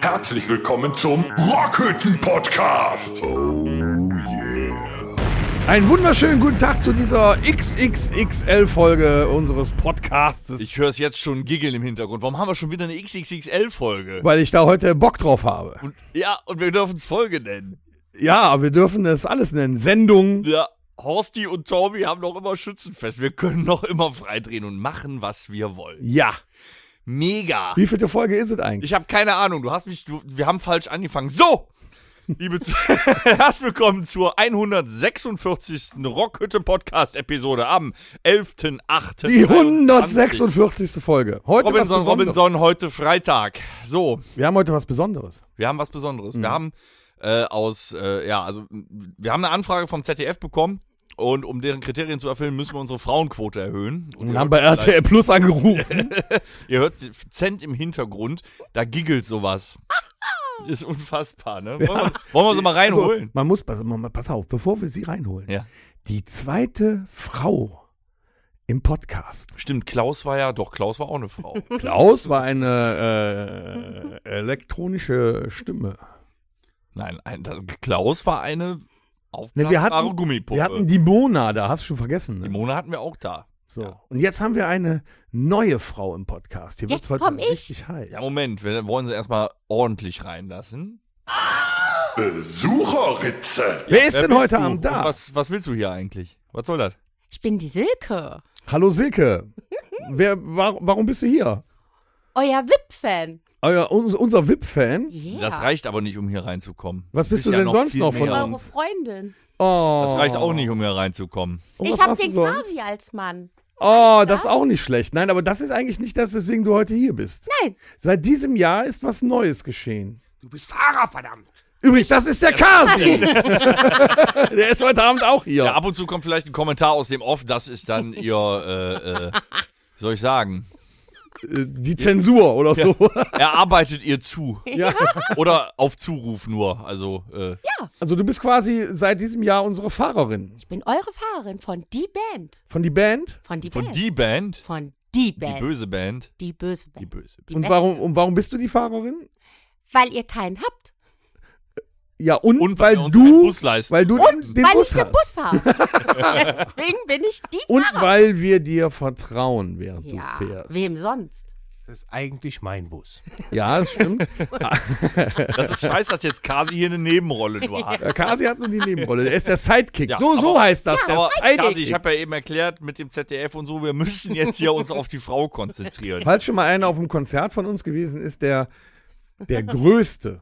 Herzlich willkommen zum Rockhütten Podcast. Oh yeah. Einen wunderschönen guten Tag zu dieser XXXL-Folge unseres Podcastes, Ich höre es jetzt schon giggeln im Hintergrund. Warum haben wir schon wieder eine XXXL-Folge? weil ich da heute Bock drauf habe. Und ja, und wir dürfen es Folge nennen. Ja, wir dürfen das alles nennen. Sendung. Ja, Horsti und Tommy haben noch immer Schützenfest. Wir können noch immer freidrehen und machen, was wir wollen. Ja. Mega. Wie vielte Folge ist es eigentlich? Ich habe keine Ahnung. Du hast mich, du, wir haben falsch angefangen. So! Liebe Z- Herzlich willkommen zur 146. Rockhütte Podcast Episode am 11.8. Die 146. Folge. Heute Robinson, was Besonderes. Robinson, heute Freitag. So, Wir haben heute was Besonderes. Wir haben was Besonderes. Wir haben äh, aus, äh, ja, also m- wir haben eine Anfrage vom ZDF bekommen und um deren Kriterien zu erfüllen, müssen wir unsere Frauenquote erhöhen. Und Wir ihr haben bei hört's RTL Plus angerufen. vielleicht- Ihr hört Cent im Hintergrund, da giggelt sowas. Ist unfassbar, ne? Wollen, wir, wollen wir sie Also mal reinholen? man muss, pass, man- pass auf, bevor wir sie reinholen. Ja. Die zweite Frau im Podcast. Stimmt, Klaus war ja, doch, Klaus war auch eine Frau. Klaus war eine äh, elektronische Stimme. Nein, ein, das, Klaus war eine Ne, wir aufblasbare hatten, Gummipuppe. wir hatten die Mona, da hast du schon vergessen. die Ne? Mona hatten wir auch da. So. Ja. Und jetzt haben wir eine neue Frau im Podcast. Hier wird's Jetzt heute komm ich. richtig heiß. Ja, Moment, wir wollen sie erstmal ordentlich reinlassen. Besucherritze. Wer ist Wer denn bist heute du? Abend da? Was, was willst du hier eigentlich? Was soll das? Ich bin die Silke, Hallo Silke. Wer, war, warum bist du hier? euer VIP-Fan. Euer, uns, unser VIP-Fan. Yeah. Das reicht aber nicht, um hier reinzukommen. Was bist du denn sonst viel noch von mehr. uns? Eure Freundin. Oh. Das reicht auch nicht, um hier reinzukommen. Und Oh, was ich habe machst du den ne? sonst? quasi als Mann. Oh, das ist auch nicht schlecht. Nein, aber das ist eigentlich nicht das, weswegen du heute hier bist. Nein. Seit diesem Jahr ist was Neues geschehen. Du bist Fahrer, verdammt. Übrigens, das ist der Kasi. der ist heute Abend auch hier. Ja, ab und zu kommt vielleicht ein Kommentar aus dem Off, das ist dann ihr, äh, äh, wie soll ich sagen, Äh, die Zensur oder so. er arbeitet ihr zu. Ja. Oder auf Zuruf nur, also, äh, Also du bist quasi seit diesem Jahr unsere Fahrerin Ich bin eure Fahrerin von die Band. von die Band. Von die von Band. die Band, Von die die Band. böse Band, Die böse die Band. böse Band. Die und Band. warum und warum bist du die Fahrerin? Weil ihr keinen habt. Ja, und, Und weil weil wir uns keinen du Bus leisten. weil du den, Und den weil Bus ich den hast. Bus habe. Deswegen bin ich die Und Fahrerin. weil wir dir vertrauen, während Ja, du fährst. wem sonst? Das ist eigentlich mein Bus. Ja, das stimmt. Das ist scheiße, dass jetzt Kasi hier eine Nebenrolle nur hat. Der Kasi hat nur die Nebenrolle. Der ist der Sidekick. Ja, so, so aber- heißt das. der Aber Kasi, Sidekick. ich habe ja eben erklärt mit dem ZDF und so, wir müssen jetzt hier uns auf die Frau konzentrieren. Falls schon mal einer auf einem Konzert von uns gewesen ist, der der größte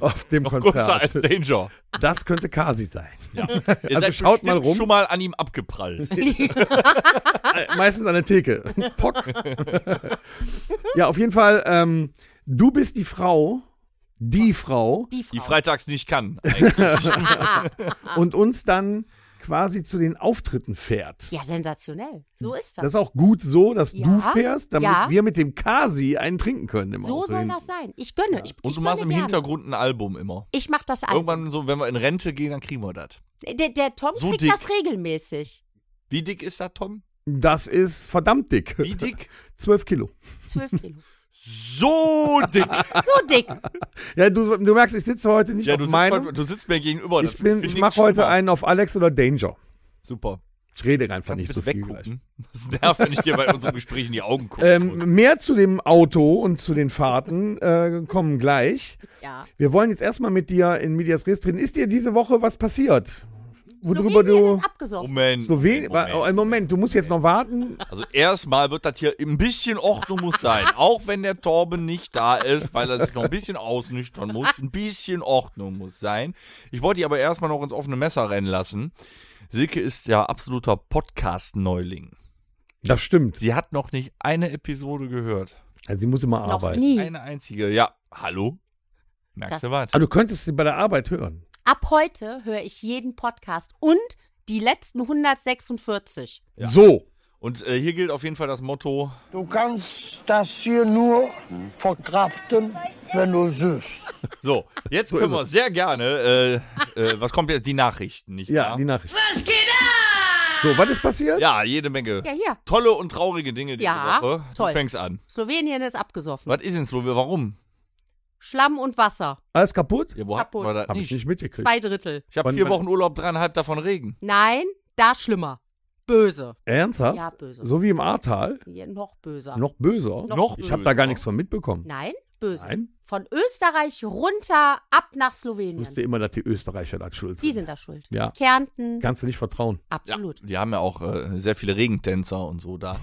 auf dem Größer als Konzert. Danger. Das könnte Kasi sein. Ihr Also seid schaut mal bestimmt rum. schon mal an ihm abgeprallt. Äh, Meistens an der Theke. Pock. ja, auf jeden Fall, ähm, du bist die Frau, die Frau, Die Frau. die freitags nicht kann. Ah. und uns dann quasi zu den Auftritten fährt. ja, sensationell. So ist Das ist das. auch gut so, dass Ja, du fährst, damit ja. wir mit dem Kasi einen trinken können. Im so Auto soll hinten. das sein. Ich gönne. Ich, Und ich du machst gönne im gerne. Hintergrund ein Album immer. Ich mach das an. Irgendwann so, wenn wir in Rente gehen, dann kriegen wir das. Der, der Tom So kriegt dick. das regelmäßig. Wie dick ist das, Tom? Das ist verdammt dick. Wie dick? 12 Kilo. Zwölf Kilo. So dick. So dick. Ja, du, du merkst, ich sitze heute nicht ja, auf du sitzt, meinem. heute, du sitzt mir gegenüber. Ich, Das bin- finde ich mache heute einen auf Alex oder Danger. Super. Ich rede einfach Kannst nicht du so bitte viel. gleich. weggucken? Das nervt, wenn ich dir bei unserem Gespräch in die Augen gucke. Ähm, mehr zu dem Auto und zu den Fahrten äh, kommen gleich. Ja. Wir wollen jetzt erstmal mit dir in Medias Res reden. Ist dir diese Woche was passiert? Worüber Slowenien du. Ist abgesoffen. Moment. Slowenien. Moment. Moment. Moment, du musst jetzt noch warten. Also erstmal wird das hier ein bisschen Ordnung muss sein. Auch wenn der Torben nicht da ist, weil er sich noch ein bisschen ausnüchtern muss. Ein bisschen Ordnung muss sein. Ich wollte die aber erstmal noch ins offene Messer rennen lassen. Silke ist ja absoluter Podcast-Neuling. Das stimmt. Sie hat noch nicht eine Episode gehört. Also, sie muss immer Noch arbeiten. nie. Eine einzige. Ja, hallo? Merkst Das- du was? Aber du könntest sie bei der Arbeit hören. Ab heute höre ich jeden Podcast und die letzten 146. So. Und äh, hier gilt auf jeden Fall das Motto, Du kannst das hier nur verkraften, wenn du süßt. so, jetzt können wir sehr gerne, äh, äh, was kommt jetzt? Die Nachrichten, nicht Ja, wahr? die Nachricht. Was geht ab? So, was ist passiert? Ja, jede Menge. Ja, hier. Tolle und traurige Dinge diese Ja, Woche. Du toll. fängst an. Slowenien ist abgesoffen. Was ist in Slowenien? Warum? Schlamm und Wasser. Alles kaputt? Ja, wo hat Kaputt. man das Hab ich nicht? nicht mitgekriegt. Zwei Drittel. Ich habe Wann- vier wann- Wochen Urlaub, dreieinhalb davon Regen. Nein, da schlimmer. Böse. Ernsthaft? Ja, böse. So wie im Ahrtal? Ja, noch böser. Noch böser? Noch Ich habe da gar nichts von mitbekommen. Nein, böse. Nein? Von Österreich runter ab nach Ich Slowenien. wusste immer, dass die Österreicher das schuld Die sind. sind da schuld. Ja. Kärnten, Kannst du nicht vertrauen. Ja, absolut. die haben ja auch äh, sehr viele Regentänzer und so da.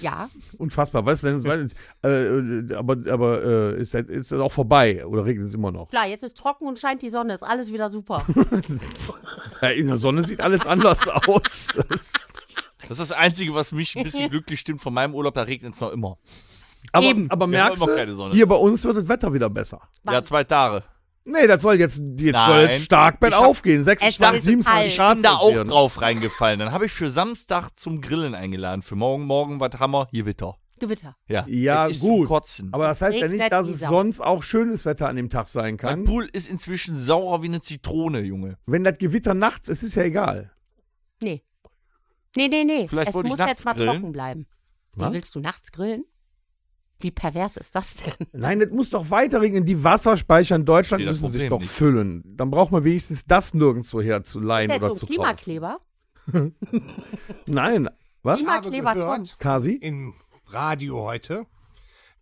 Ja. Unfassbar. Weißt du, weißt du äh, äh, aber aber äh, ist, das, ist das auch vorbei oder regnet es immer noch? klar, jetzt ist trocken und scheint die Sonne. Ist alles wieder super. Ja, in der Sonne sieht alles anders aus. Das ist das Einzige, was mich ein bisschen glücklich stimmt von meinem Urlaub. Da regnet es noch immer. aber, Eben. aber Wir haben merkst immer keine du, Sonne. hier bei uns wird das Wetter wieder besser. Ja, zwei Tage. Nee, das soll jetzt, jetzt, Nein. soll jetzt stark bald Ich hab- aufgehen. Es war 26, so 27 kalt. Grad. Bin da sind auch wir. ne? drauf reingefallen. Dann habe ich für Samstag zum Grillen eingeladen. Für morgen, morgen, was haben wir? Gewitter. Gewitter. Ja, Ja, Es ist gut. Zum Kotzen. Aber das heißt ja Regnet nicht, dass wie es Sau. sonst auch schönes Wetter an dem Tag sein mein kann. Pool ist inzwischen saurer wie eine Zitrone, Junge. Wenn das Gewitter nachts ist, ist ja egal. Nee. Nee, nee, nee. Vielleicht es wollte ich muss nachts jetzt mal grillen. trocken bleiben. Was? Wie willst du nachts grillen? Wie pervers ist das denn? Nein, das muss doch weiter regnen. Die Wasserspeicher in Deutschland Nee, das müssen sich Problem doch nicht. füllen. Dann braucht man wenigstens das nirgendwo her zu Ist leihen das oder jetzt so zu ein kaufen. Klimakleber? Nein, was? Ich mag Kleber Tom. Kasi? im Radio heute,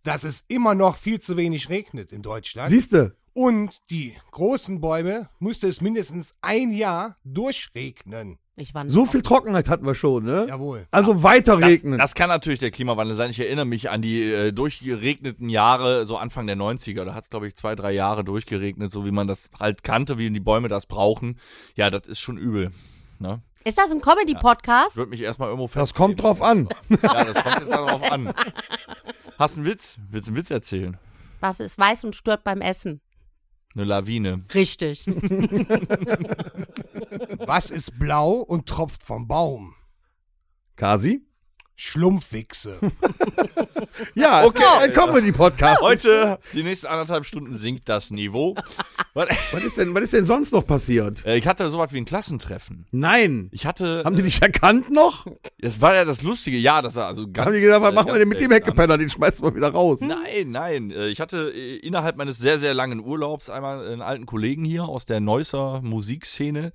dass es immer noch viel zu wenig regnet in Deutschland. Siehste, Und die großen Bäume müsste es mindestens ein Jahr durchregnen. Ich war so viel Trockenheit hatten wir schon, ne? Jawohl. Also weiter Das, regnen. das kann natürlich der Klimawandel sein. Ich erinnere mich an die äh, durchgeregneten Jahre, so Anfang der 90er. Da hat es, glaube ich, zwei, drei Jahre durchgeregnet, so wie man das halt kannte, wie die Bäume das brauchen. Ja, das ist schon übel. Ne? Ist das ein Comedy-Podcast? Würde mich erstmal irgendwo Das kommt drauf an. Ja, das kommt jetzt darauf an. Hast einen Witz? Willst du einen Witz erzählen? Was ist weiß und stört beim Essen? Eine Lawine. Richtig. Was ist blau und tropft vom Baum? Kasi? Schlumpfwichse. Ja, okay. ist äh, ein Comedy-Podcast. Heute, die nächsten anderthalb Stunden sinkt das Niveau. Was- Was ist, denn, was ist denn sonst noch passiert? Äh, Ich hatte sowas wie ein Klassentreffen. Nein. Ich hatte. Haben die dich erkannt noch? Das war ja das Lustige. Ja, das war also ganz. Haben die gesagt, was äh, machen wir ganz denn mit dem seltsam. Heckepenner? Den schmeißen wir wieder raus. Hm? Nein, nein. Äh, Ich hatte äh, innerhalb meines sehr, sehr langen Urlaubs einmal einen alten Kollegen hier aus der Neusser Musikszene,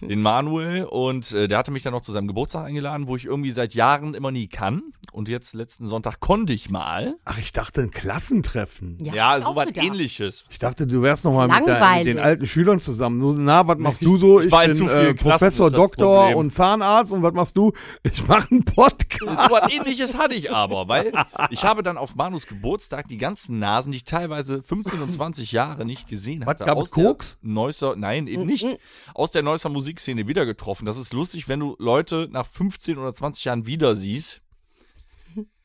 Hm. den Manuel, und äh, der hatte mich dann noch zu seinem Geburtstag eingeladen, wo ich irgendwie seit Jahren immer nie kann. Und jetzt letzten Sonntag konnte ich mal. Ach, ich dachte ein Klassentreffen. Ja, Ja, hab ich so auch was gedacht. ähnliches. Ich dachte, du wärst noch mal mit, der, mit Langweilig. den alten Schülern zusammen. So, Na, was machst du so? Ich war in bin zu vielen äh, Klassen, Professor, ist das Doktor Problem. und Zahnarzt. Und was machst du? Ich mache einen Podcast. So was ähnliches hatte ich aber, weil ich habe dann auf Manus Geburtstag die ganzen Nasen, die ich teilweise 15 und 20 Jahre nicht gesehen Was, hatte, gab aus es Koks? der Neusser, nein, eben nicht, aus der Neusser Musikszene wieder getroffen. Das ist lustig, wenn du Leute nach 15 oder 20 Jahren wieder siehst.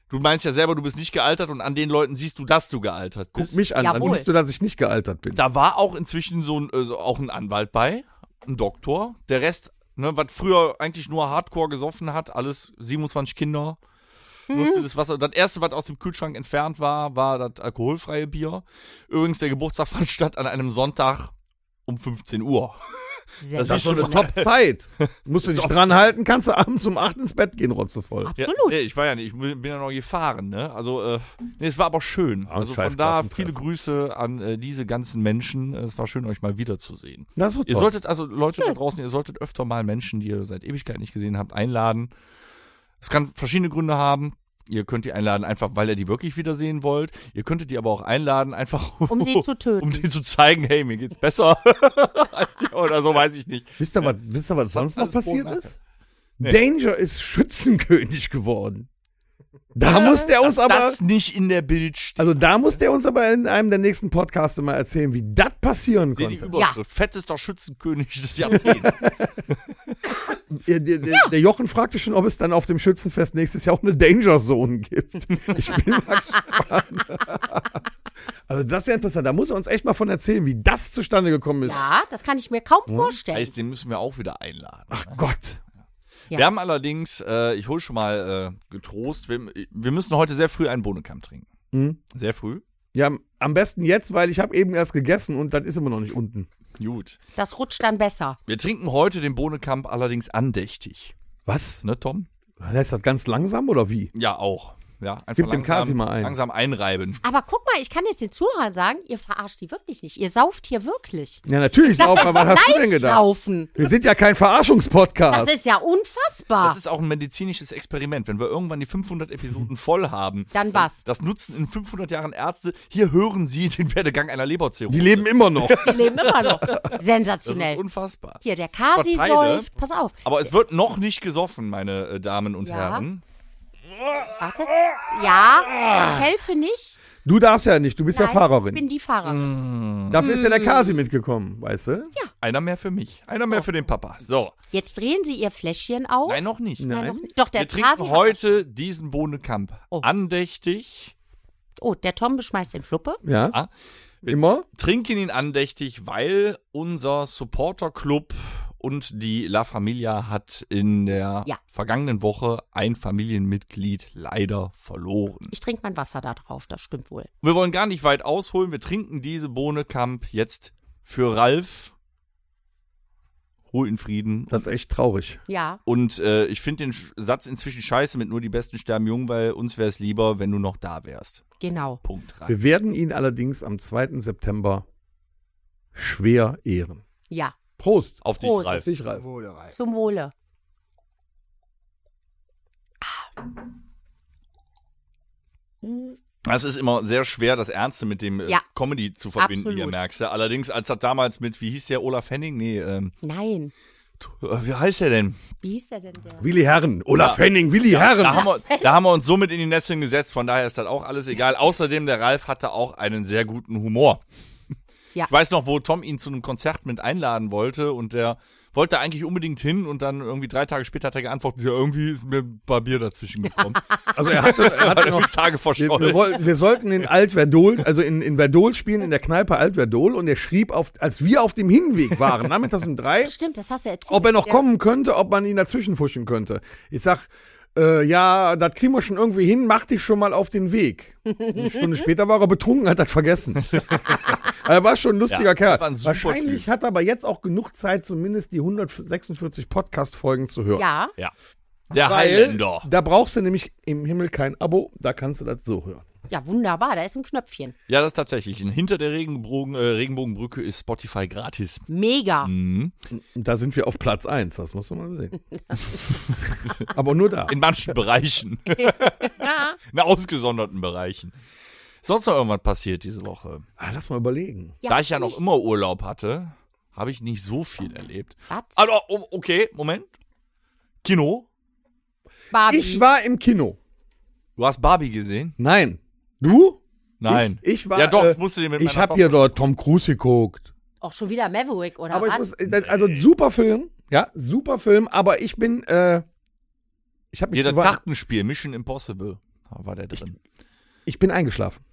Du meinst ja selber, du bist nicht gealtert und an den Leuten siehst du, dass du gealtert Guck bist. mich an, dann Jawohl. siehst du, dass ich nicht gealtert bin. Da war auch inzwischen so ein, äh, so auch ein Anwalt bei, ein Doktor. Der Rest, ne, was früher eigentlich nur Hardcore gesoffen hat, alles 27 Kinder, nur stilles Wasser. Das erste, was aus dem Kühlschrank entfernt war, war das alkoholfreie Bier. Übrigens, der Geburtstag fand statt an einem Sonntag um 15 Uhr. Sensationell. Das ist so eine Top-Zeit. Musst du dich dran halten, kannst du abends um 8 ins Bett gehen, rotzevoll. Ja, Absolut. nee, ich war ja nicht, ich bin bin ja noch gefahren, ne? Also, äh, nee, es war aber schön. Ah, Also scheiß von da Klassentreffen. viele Grüße an äh, diese ganzen Menschen. Es war schön, euch mal wiederzusehen. Das ist so Ihr toll. solltet also, Leute Hm. da draußen, ihr solltet öfter mal Menschen, die ihr seit Ewigkeit nicht gesehen habt, einladen. Es kann verschiedene Gründe haben. Ihr könnt die einladen, einfach weil ihr die wirklich wiedersehen wollt. Ihr könntet die aber auch einladen, einfach Um sie zu töten. Um denen zu zeigen, hey, mir geht's besser. als dir oder so, weiß ich nicht. Wisst ihr, was, wisst ihr, was sonst noch alles passiert Vor- und ist? Danger ist Schützenkönig geworden. Da muss der uns aber. das nicht in der Bild steht. also da muss der uns aber in einem der nächsten Podcasts mal erzählen, wie das passieren Seht die konnte. Überschrift. Fettester Schützenkönig des Jahrzehnts. Der, der, der, der Jochen fragte schon, ob es dann auf dem Schützenfest nächstes Jahr auch eine Danger Zone gibt. Ich bin mal gespannt. Also das ist ja interessant. Da muss er uns echt mal von erzählen, wie das zustande gekommen ist. Ja, das kann ich mir kaum vorstellen. heißt, den müssen wir auch wieder einladen. Ach Gott. Ja. Wir haben allerdings, äh, ich Mhm. hole schon mal äh, getrost, wir, wir müssen heute sehr früh einen Bohnenkamm trinken. Sehr früh. Ja, am besten jetzt, weil ich habe eben erst gegessen und das ist immer noch nicht unten. Gut. Das rutscht dann besser. Wir trinken heute den Bohnenkamp allerdings andächtig. Was? Ne, Tom? Heißt das ganz langsam oder wie? Ja, auch. Ja, einfach Gib dem langsam, Kasi mal ein. langsam einreiben. Aber guck mal, ich kann jetzt den Zuhörern sagen, ihr verarscht die wirklich nicht. Ihr sauft hier wirklich. Ja, natürlich, Das Saufer, ist was hast du live denn gedacht? Laufen. Wir sind ja kein Verarschungspodcast. Das ist ja unfassbar. Das ist auch ein medizinisches Experiment. Wenn wir irgendwann die 500 Episoden voll haben, Dann was? das nutzen in 500 Jahren Ärzte. Hier hören Sie den Werdegang einer Leberzirrhose. Die leben immer noch. Die leben immer noch. Das Sensationell. ist unfassbar. Hier, der Kasi Verteile. säuft. Pass auf. Aber es wird noch nicht gesoffen, meine äh, Damen und Ja. Herren. Warte. Ja, ich helfe nicht. Du darfst ja nicht, du bist ja Nein, Fahrerin. Ich bin Mm. die Mhm. Fahrerin. Dafür ist ja der Kasi mitgekommen, weißt du? Einer mehr für mich, einer mehr für den Papa. So, Jetzt drehen Sie Ihr Fläschchen auf. nein, noch nicht. Oh. Nein, noch nicht. Doch, der Wir trinken Kasi. heute diesen Bohnenkamp. Andächtig. Oh, der Tom beschmeißt den Fluppe. Ja. Ah. Immer? trinken ihn andächtig, weil unser Supporterclub und die La Familia hat in der Ja. vergangenen Woche ein Familienmitglied leider verloren. Ich trinke mein Wasser da drauf, das stimmt wohl. Wir wollen gar nicht weit ausholen. Wir trinken diese Bohnekamp jetzt für Ralf. Ruhe in Frieden. Das ist echt traurig. Ja. Und äh, ich finde den Sch- Satz inzwischen scheiße mit nur die Besten sterben jung, weil uns wäre es lieber, wenn du noch da wärst. Genau. Punkt. Ralf. Wir werden ihn allerdings am 2. September schwer ehren. Ja. Prost. Auf dich, Prost. Ralf. Auf dich, Ralf. Wohle rein. Zum Wohle. Das ist immer sehr schwer, das Ernste mit dem äh, Ja. Comedy zu verbinden, Absolut. ihr merkst ja. Allerdings, als das damals mit, wie hieß der, Olaf Henning? Nee, ähm, Nein. äh, wie heißt der denn? Wie hieß der denn der? Willi Herren. Olaf Henning, Willi Herren. Da haben, wir, da haben wir uns somit in die Nesseln gesetzt, von daher ist das auch alles egal. Außerdem, der Ralf hatte auch einen sehr guten Humor. Ja. Ich weiß noch, wo Tom ihn zu einem Konzert mit einladen wollte und der wollte eigentlich unbedingt hin und dann irgendwie drei Tage später hat er geantwortet, ja, irgendwie ist mir ein paar Bier dazwischen gekommen. Also er hatte, er hatte noch. Tage Wir, wir, verschollen. wollten, wir sollten in Alt-Verdol, also in, in Verdol spielen, in der Kneipe Alt-Verdol. Und er schrieb, auf, als wir auf dem Hinweg waren, nachmittags um drei, Stimmt, das hast du erzählt. ob er noch Ja. kommen könnte, ob man ihn dazwischen fuschen könnte. Ich sag, äh, ja, das kriegen wir schon irgendwie hin, mach dich schon mal auf den Weg. Eine Stunde später war er betrunken, hat das vergessen. er war schon ein lustiger Ja, Kerl. war ein super Wahrscheinlich hat er aber jetzt auch genug Zeit, zumindest die 146 Podcast-Folgen zu hören. Ja. Ja. Der Weil, Highlander. da brauchst du nämlich im Himmel kein Abo, da kannst du das so hören. Ja, wunderbar. Da ist ein Knöpfchen. Ja, das ist tatsächlich. Und Hinter der Regenbogen, äh, Regenbogenbrücke ist Spotify gratis. Mega. Hm, Und da sind wir auf Platz 1, das musst du mal sehen. aber nur da. In manchen Bereichen. Ja. In ausgesonderten Bereichen. Sonst noch irgendwas passiert diese Woche. Ah, lass mal überlegen. ja da ich ja noch nicht- immer Urlaub hatte, habe ich nicht so viel erlebt. Was? Aber oh, okay, Moment. Kino. Barbie. Ich war im Kino. Du hast Barbie gesehen? Nein. Du? Nein. Ich, ich war. Ja doch, äh, ich musste den mit Ich meiner habe Tochter- hier dort Tom Cruise geguckt. Auch schon wieder Maverick oder Aber ich was? muss, das- also super Film, ja, super Film. Aber ich bin, äh, ich habe mich, Hier das gewa- Kartenspiel, Mission Impossible. Da war der drin. ich bin eingeschlafen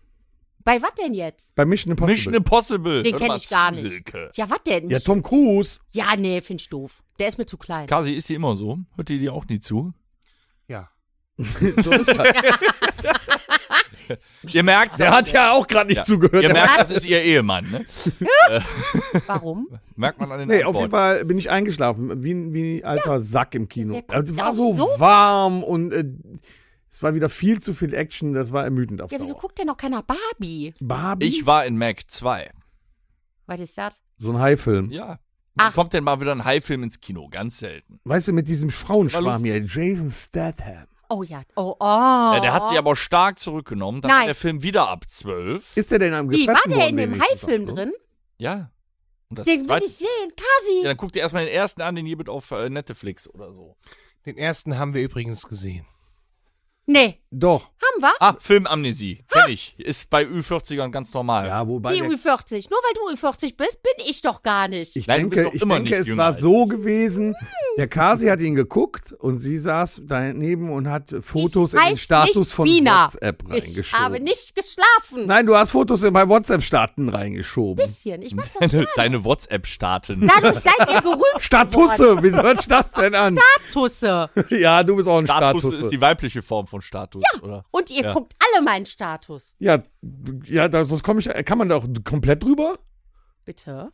Bei was denn jetzt? bei Mission Impossible. Mission Impossible. Den Hör kenn mal ich gar zu, nicht. Silke. Ja, was denn? ja, Tom Cruise. Ja, nee, find ich doof. Der ist mir zu klein. Kasi, ist die immer so? Hört die dir auch nie zu? Ja. So ist er. Ihr merkt, Der hat ja auch gerade nicht zugehört. Der Ihr merkt, das ist ihr Ehemann, ne? Warum? Merkt man an den Nee, auf Antworten. jeden Fall bin ich eingeschlafen, wie, ein- wie ein alter Sack im Kino. Also, guckt Es war auch so, so? warm und äh, es war wieder viel zu viel Action, das war ermüdend auf Ja, wieso Dauer. guckt denn noch keiner Barbie? Barbie? Ich war in Mac 2. Was ist das? so ein Haifilm. Ja. Ach. Kommt denn mal wieder ein High-Film ins Kino? Ganz selten. Weißt du, mit diesem War Frauenschwarm lustig. hier, Jason Statham. Oh ja. Oh, oh. Ja, der hat sich aber stark zurückgenommen. Dann war Nein. der Film wieder ab 12. Ist der denn am Wie, gefressen war der worden in dem wenigstens Haifilm auch, ne? drin? Ja. Und das Den will zweite- ich sehen. ja, Kasi. dann guck dir erstmal den ersten an, den jemand auf äh, Netflix oder so. Den ersten haben wir übrigens gesehen. Nee, Doch. haben wir? Ah, Filmamnesie. Kenn ich. Ist bei Ü40ern ganz normal. Ja, wobei Die der, Ü40. Nur weil du Ü40 bist, bin ich doch gar nicht. ich Nein, du bist denke, doch ich immer denke nicht es jünger war als so gewesen, Hm. der Kasi hat ihn geguckt und sie saß daneben und hat Fotos in den heiß Status nicht von Bina. WhatsApp reingeschoben. Ich habe nicht geschlafen. Nein, du hast Fotos in bei WhatsApp-Staaten reingeschoben. Bisschen. Ich mach das. Deine, deine WhatsApp starten. Dadurch seid ihr gerühmt. Statusse, wie hört sich das denn an? Tusse. Ja, du bist auch ein Status ist Statusse. die weibliche Form von Status, oder? Und ihr Ja. guckt alle meinen Status. Status. Ja, ja, da, sonst komme ich, kann man da auch komplett drüber? Bitte.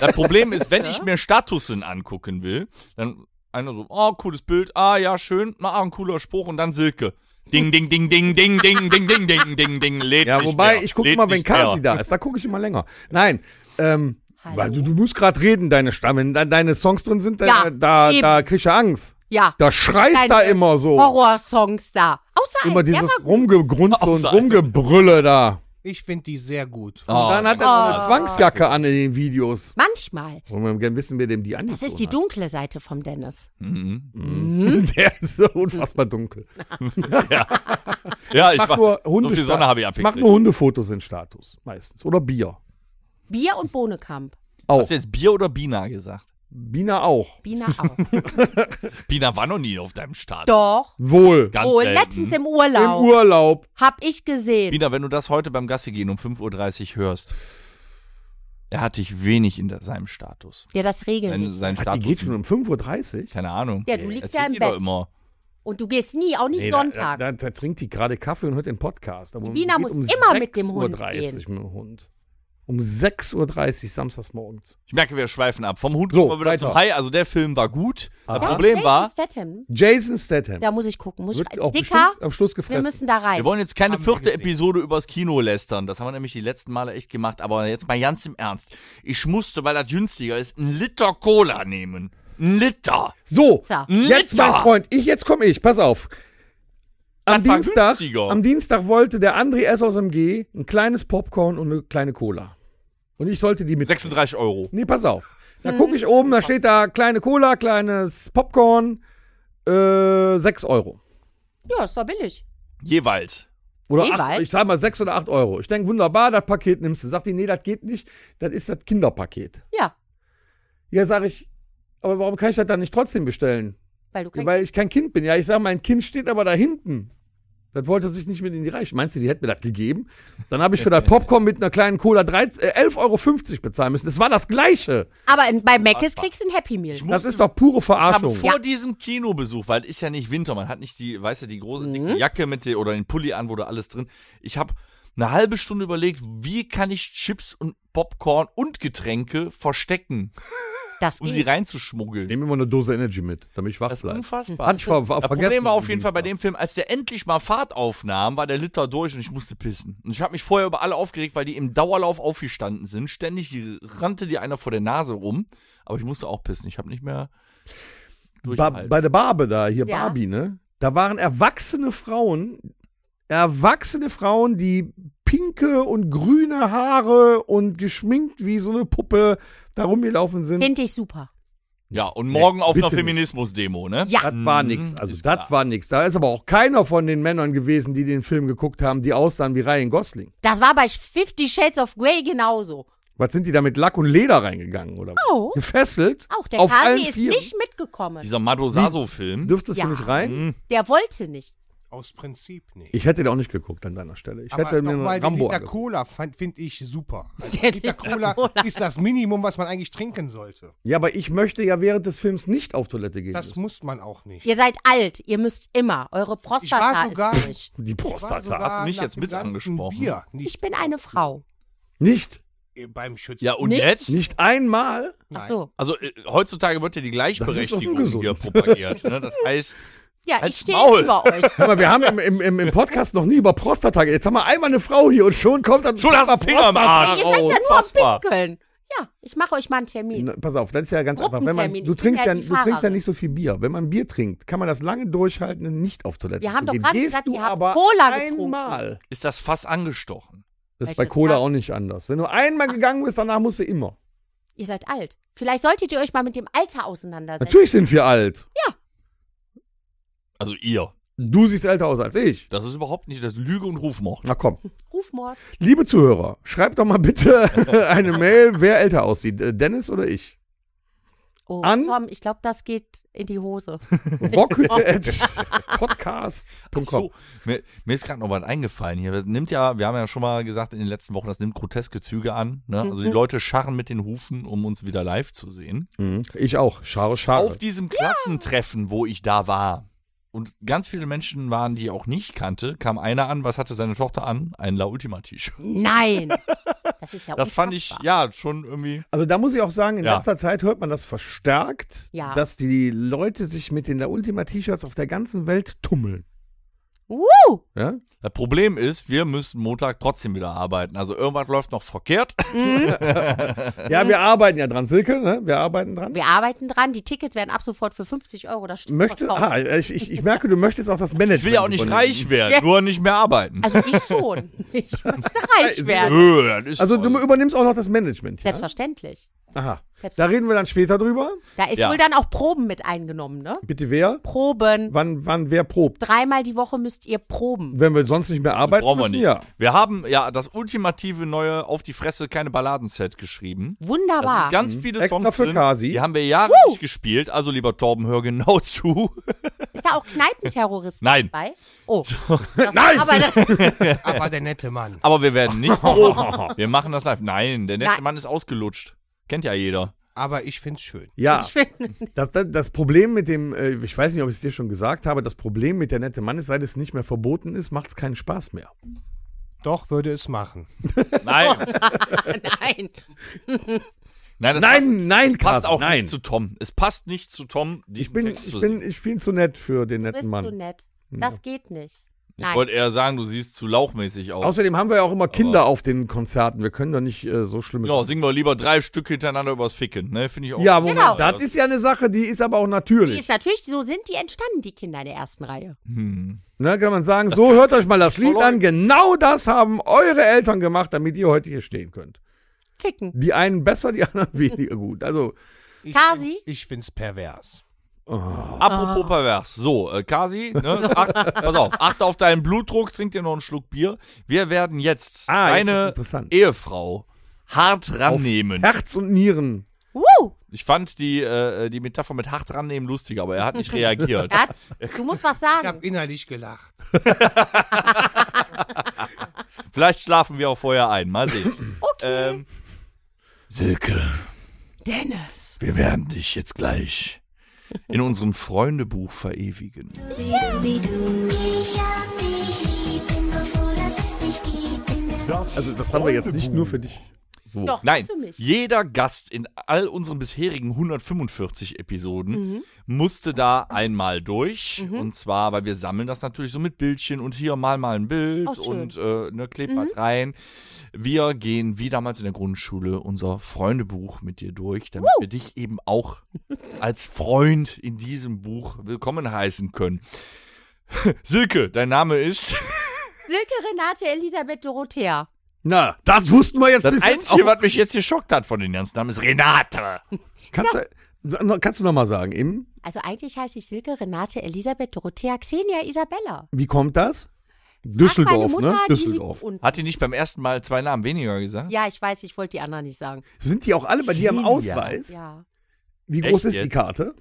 Das Problem ist, wenn ich mir Statusen angucken will, dann einer so, oh, cooles Bild, ah, ja, schön, ah, ein cooler Spruch und dann Silke. Ding, ding, ding, ding, ding, ding, ding, ding, ding, ding, ding, lädt Ja, nicht wobei, mehr, ich gucke lädt immer, wenn nicht mehr. Kasi da ist, da gucke ich immer länger. Nein, ähm, Hallo? weil du, du musst gerade reden, deine Stamm, wenn de, deine Songs drin sind, dann, Ja, äh, da, eben. äh, da krieg ich ja Angst. Ja. Da schreist da Deine immer so. Horrorsongs da. Außer Immer ein, der dieses war gut. Rumgegrunze und Außer- Rumgebrülle da. Ich finde die sehr gut. Oh, Und dann hat er noch eine Zwangsjacke an in den Videos. Manchmal. Wollen wir gerne wissen, wer dem die Das angezogen ist die dunkle Seite vom Dennis. hat. Der ist so unfassbar dunkel. ja, ich Mach mach nur, so viel Hundesta- Sonne habe ich mach abgekriegt. nur Hundefotos in Status meistens. Oder Bier. Bier und Bohnekamp. Hast du jetzt Bier oder Bina gesagt? Bina auch. Bina auch. Bina war noch nie auf deinem Start. Doch. Wohl. Ganz Oh, selten. letztens im Urlaub. Im Urlaub. Hab ich gesehen. Bina, wenn du das heute beim Gassi gehen um 5.30 Uhr hörst, er hat dich wenig in de- seinem Status. Ja, das regeln Sein, nicht. sein Ach, die Status. geht schon um 5.30 Uhr? Keine Ahnung. Ja, du liegst Erzählt ja im ihr doch Bett. Immer. Und du gehst nie, auch nicht Nee, da- Sonntag. Da, da, da trinkt die gerade Kaffee und hört den Podcast. Aber Bina geht muss immer mit dem 6.30 Hund Uhr gehen. mit dem Hund. Um 6.30 Uhr samstags morgens. Ich merke, wir schweifen ab. Vom Hund So, kommen wir wieder weiter. zum Hai. Also der Film war gut. Das Da ist Problem Jason war, Statham. Jason Statham. Da muss ich gucken. Muss ich, wird auch Dicker, bestimmt am Schluss wir gefressen. müssen da rein. wir wollen jetzt keine Haben wir vierte gesehen. Episode übers Kino lästern. Das haben wir nämlich die letzten Male echt gemacht. Aber jetzt mal ganz im Ernst. Ich musste, weil das günstiger ist, einen Liter Cola nehmen. Ein Liter. so, So. jetzt mein Liter. Freund, ich, jetzt komme ich, pass auf. Am Das war Dienstag, günstiger. am Dienstag wollte der André S. aus MG ein kleines Popcorn und eine kleine Cola. Und ich sollte die mit. 36 Euro. Nee, pass auf. Da Hm. gucke ich oben, da steht da kleine Cola, kleines Popcorn, äh, 6 Euro. ja, ist doch billig. Jeweils. Oder Jeweils? acht, ich sag mal 6 oder 8 Euro. Ich denke, wunderbar, das Paket nimmst du. Sagt die, nee, das geht nicht. Das ist das Kinderpaket. Ja, Ja, sag ich, aber warum kann ich das dann nicht trotzdem bestellen? weil du Ja, kein weil ich kein Kind bin. Ja, ich sag, mein Kind steht aber da hinten. Das wollte sich nicht mit in die Reiche. Meinst du, die hätte mir das gegeben? Dann habe ich für das Popcorn mit einer kleinen Cola 13 äh, 11,50 Euro bezahlen müssen. Das war das Gleiche. Aber in, bei Mc's kriegst du ein Happy Meal. Das ist doch pure haben Verarschung. vor diesem Kinobesuch, weil es ist ja nicht Winter, man hat nicht die, weißt du, die große dicke Jacke mit der, oder den Pulli an, wo da alles drin. Ich habe eine halbe Stunde überlegt, wie kann ich Chips und Popcorn und Getränke verstecken, Das um sie geht. reinzuschmuggeln. Nehme immer eine Dose Energy mit, damit ich wach Das ist bleibe. unfassbar. Hatte ich ver ver das vergessen. Problem war auf jeden Fall bei dem Film, als der endlich mal Fahrt aufnahm, war der Liter durch und ich musste pissen. Und ich habe mich vorher über alle aufgeregt, weil die im Dauerlauf aufgestanden sind. Ständig rannte dir einer vor der Nase rum. Aber ich musste auch pissen. Ich habe nicht mehr Ba durchgehalten. bei der Barbe da, hier Ja. Barbie, ne? Da waren erwachsene Frauen, erwachsene Frauen, die pinke und grüne Haare und geschminkt wie so eine Puppe da rumgelaufen sind. Finde ich super. Ja, und morgen auf einer bitte nicht. Feminismus-Demo, ne? Ja. Das war Mhm, nix. Also ist das klar. war nix. Da ist aber auch keiner von den Männern gewesen, die den Film geguckt haben, die aussahen wie Ryan Gosling. Das war bei Fifty Shades of Grey genauso. Was sind die da mit Lack und Leder reingegangen oder was? Oh. Gefesselt? Auch der auf allen Kasi ist Vieren. nicht mitgekommen. Dieser Hm. Madosaso-Film. Dürftest Ja. du nicht rein? Der wollte nicht. Aus Prinzip nicht. Ich hätte den auch nicht geguckt an deiner Stelle. Ich hätte mir nochmal, einen den Rambo Liter angeguckt. Cola finde ich super. Also Der der Liter Liter Cola Cola. ist das Minimum, was man eigentlich trinken sollte. Ja, aber ich möchte ja während des Films nicht auf Toilette gehen. Das müssen. muss man auch nicht. Ihr seid alt. Ihr müsst immer. Eure Prostata war sogar- ist durch. Die Ich war Prostata. sogar hast du mich nach jetzt dem mit ganzen angesprochen? Bier nicht Ich bin eine Frau. Nicht, äh, beim Schützen. Ja, und Nicht? jetzt? nicht einmal. Ach so. Also äh, heutzutage wird ja die Gleichberechtigung Das ist doch hier ungesund. propagiert. Ne? Das heißt, Ja, Halt's ich stehe Maul. über euch. Aber wir haben im, im, im, im Podcast noch nie über Prostata geredet. Jetzt haben wir einmal eine Frau hier und schon kommt dann. schon hast du einen Finger im Arsch. Ihr seid ja nur am Unfassbar. Pinkeln. Ja, ich mache euch mal einen Termin. Na, Pass auf, das ist ja ganz einfach. Wenn man, Gruppentermin, du, ich bin trinkst ja ja, die du trinkst ja Fahrerin. nicht so viel Bier. Wenn man Bier trinkt, kann man das lange durchhalten und nicht auf Toilette Wir zu haben doch gehen. gerade Gehst gesagt, du ihr habt aber Cola getrunken. einmal. Ist das Fass angestochen? Das ist bei Welches Cola Fass? auch nicht anders. Wenn du einmal gegangen bist, danach musst du immer. Ihr seid alt. Vielleicht solltet ihr euch mal mit dem Alter auseinandersetzen. Natürlich sind wir alt. Also ihr. Du siehst älter aus als ich. Das ist überhaupt nicht das Lüge und Rufmord. Na komm. Rufmord. Liebe Zuhörer, schreibt doch mal bitte eine Mail, wer älter aussieht. äh, Dennis oder ich? Oh, An- Tom, ich glaube, das geht in die Hose. rocket.podcast.com. So, mir, mir ist gerade noch was eingefallen hier. Das nimmt ja, wir haben ja schon mal gesagt in den letzten Wochen, das nimmt groteske Züge an. Ne? Also die Leute scharren mit den Hufen, um uns wieder live zu sehen. Mhm. Ich auch. Schare, schare. Auf diesem Klassentreffen, wo ich da war. und ganz viele Menschen waren, die ich auch nicht kannte, kam einer an, was hatte seine Tochter an? Ein La Ultima-T-Shirt. Nein. Das ist ja Das fand ich, unfassbar. ja, schon irgendwie. Also da muss ich auch sagen, in Ja. letzter Zeit hört man das verstärkt, Ja. dass die Leute sich mit den La Ultima T-Shirts auf der ganzen Welt tummeln. Uh, Ja? Das Problem ist, wir müssen Montag trotzdem wieder arbeiten. Also irgendwas läuft noch verkehrt. ja, wir arbeiten ja dran, Silke, ne? wir arbeiten dran. wir arbeiten dran. Die Tickets werden ab sofort für 50 Euro. Das steht Möchte, verkauft. ah, ich, ich, ich merke, du möchtest auch das Management. Ich will ja auch nicht übernehmen. reich werden, nur nicht mehr arbeiten. Also ich schon. Ich möchte reich werden. Äh, das ist Also voll- du übernimmst auch noch das Management. Ja? Selbstverständlich. Aha. Da Selbstverständlich. reden wir dann später drüber. Da ist Ja. wohl dann auch Proben mit eingenommen, ne? Bitte wer? Proben. Wann, wann wer probt? Dreimal die Woche müsst ihr proben. Wenn wir sonst nicht mehr arbeiten brauchen wir müssen, nicht. ja. Wir haben ja das ultimative neue Auf die Fresse keine Balladen-Set geschrieben. Da Wunderbar. sind ganz viele Mhm. Extra Songs für drin, Kasi. die haben wir Jahre nicht gespielt. Also lieber Torben, hör genau zu. Ist da auch Kneipenterroristen Nein. dabei? Oh. Das Nein. Aber Aber Ah, der nette Mann. Aber wir werden nicht proben. Wir machen das live. Nein, der nette Nein. Mann ist ausgelutscht. Kennt ja jeder. Aber ich find's schön. Ja, ich finde, das, das, das Problem mit dem, äh, ich weiß nicht, ob ich es dir schon gesagt habe, das Problem mit der nette Mann ist, seit es nicht mehr verboten ist, macht es keinen Spaß mehr. Doch würde es machen. Nein, nein. nein, das nein, nein, passt, passt Carsten, auch nein. nicht zu Tom. Es passt nicht zu Tom, ich diesen bin, Text ich zu bin, singen. ich bin zu nett für den Bist netten du Mann. nett. Das geht nicht. Ich Nein. wollte eher sagen, du siehst zu lauchmäßig aus. Außerdem haben wir ja auch immer Kinder auf den Konzerten. Wir können doch nicht äh, so schlimme. ja, singen wir lieber drei Stück hintereinander übers Ficken, ne? Finde ich auch. ja, Moment, Genau. das ist ja eine Sache, die ist aber auch Die natürlich. ist natürlich, so sind die entstanden, die Kinder in der ersten Reihe. Ne, kann man sagen, so hört euch mal das Lied an. Genau das haben eure Eltern gemacht, damit ihr heute hier stehen könnt. Ficken. Die einen besser, die anderen weniger gut. Also, Ich Kasi? Find's, ich find's pervers. Apropos pervers. Ah. So, äh, Kasi, ne? Acht, pass auf, achte auf deinen Blutdruck, trink dir noch einen Schluck Bier. Wir werden jetzt Ah, jetzt wird's deine interessant. Ehefrau hart rannehmen. Herz und Nieren. Woo! Ich fand die, äh, die Metapher mit hart rannehmen lustiger, aber er hat nicht reagiert. Er Hat, du musst was Ich hab sagen. innerlich gelacht. Vielleicht schlafen wir auch vorher ein. Mal sehen. Okay. Ähm, Silke, Dennis. wir werden dich jetzt gleich in unserem Freundebuch verewigen. Also, das haben wir jetzt nicht nur für dich. So. Doch, Oh, Nein, für mich. jeder Gast in all unseren bisherigen 145 Episoden Mhm. musste da einmal durch. Und zwar, weil wir sammeln das natürlich so mit Bildchen und hier mal mal ein Bild Oh, schön. Mhm. und äh, ne, klebt was rein. Wir gehen wie damals in der Grundschule unser Freundebuch mit dir durch, damit wir dich eben auch als Freund in diesem Buch willkommen heißen können. Silke, dein Name ist. Silke Renate Elisabeth Dorothea. Na, das wussten wir jetzt Das bis jetzt Einzige, auch. was mich jetzt geschockt hat von den ganzen Namen, ist Renate. Kannst, du- sa- no- kannst du nochmal sagen, eben, Also eigentlich heiße ich Silke Renate Elisabeth Dorothea Xenia Isabella. wie kommt das? Hat meine Düsseldorf, Mutter, ne? die Düsseldorf. liegt unten. Hat die nicht beim ersten Mal zwei Namen weniger gesagt? Ja, ich weiß, ich wollte die anderen nicht sagen. Sind die auch alle bei dir im Xenia. Ausweis? Ja, Wie groß ist Echt die jetzt? Karte?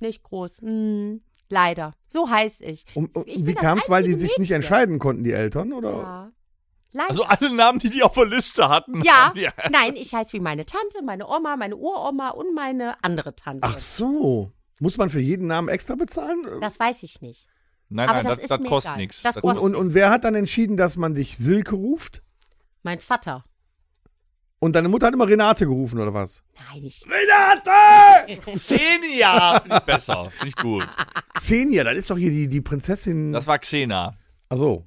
nicht groß. Hm, leider. So heiß ich. Und, und Ich bin Um, wie das kam es, weil die einzige sich nicht Mädchen. entscheiden konnten, die Eltern? Oder? Ja. Leider. Also alle Namen, die die auf der Liste hatten. ja, Ja. nein, ich heiße wie meine Tante, meine Oma, meine Uroma und meine andere Tante. Ach so. Muss man für jeden Namen extra bezahlen? Das weiß ich nicht. Nein, Aber nein, das das, ist das mir kostet egal. nichts. Das und, und, und wer hat dann entschieden, dass man dich Silke ruft? Mein Vater. Und deine Mutter hat immer Renate gerufen, oder was? Nein, ich. Renate! Xenia! Finde ich besser. Finde ich gut. Xenia, das ist doch hier die, die Prinzessin. Also, Das war Xena. Ach so.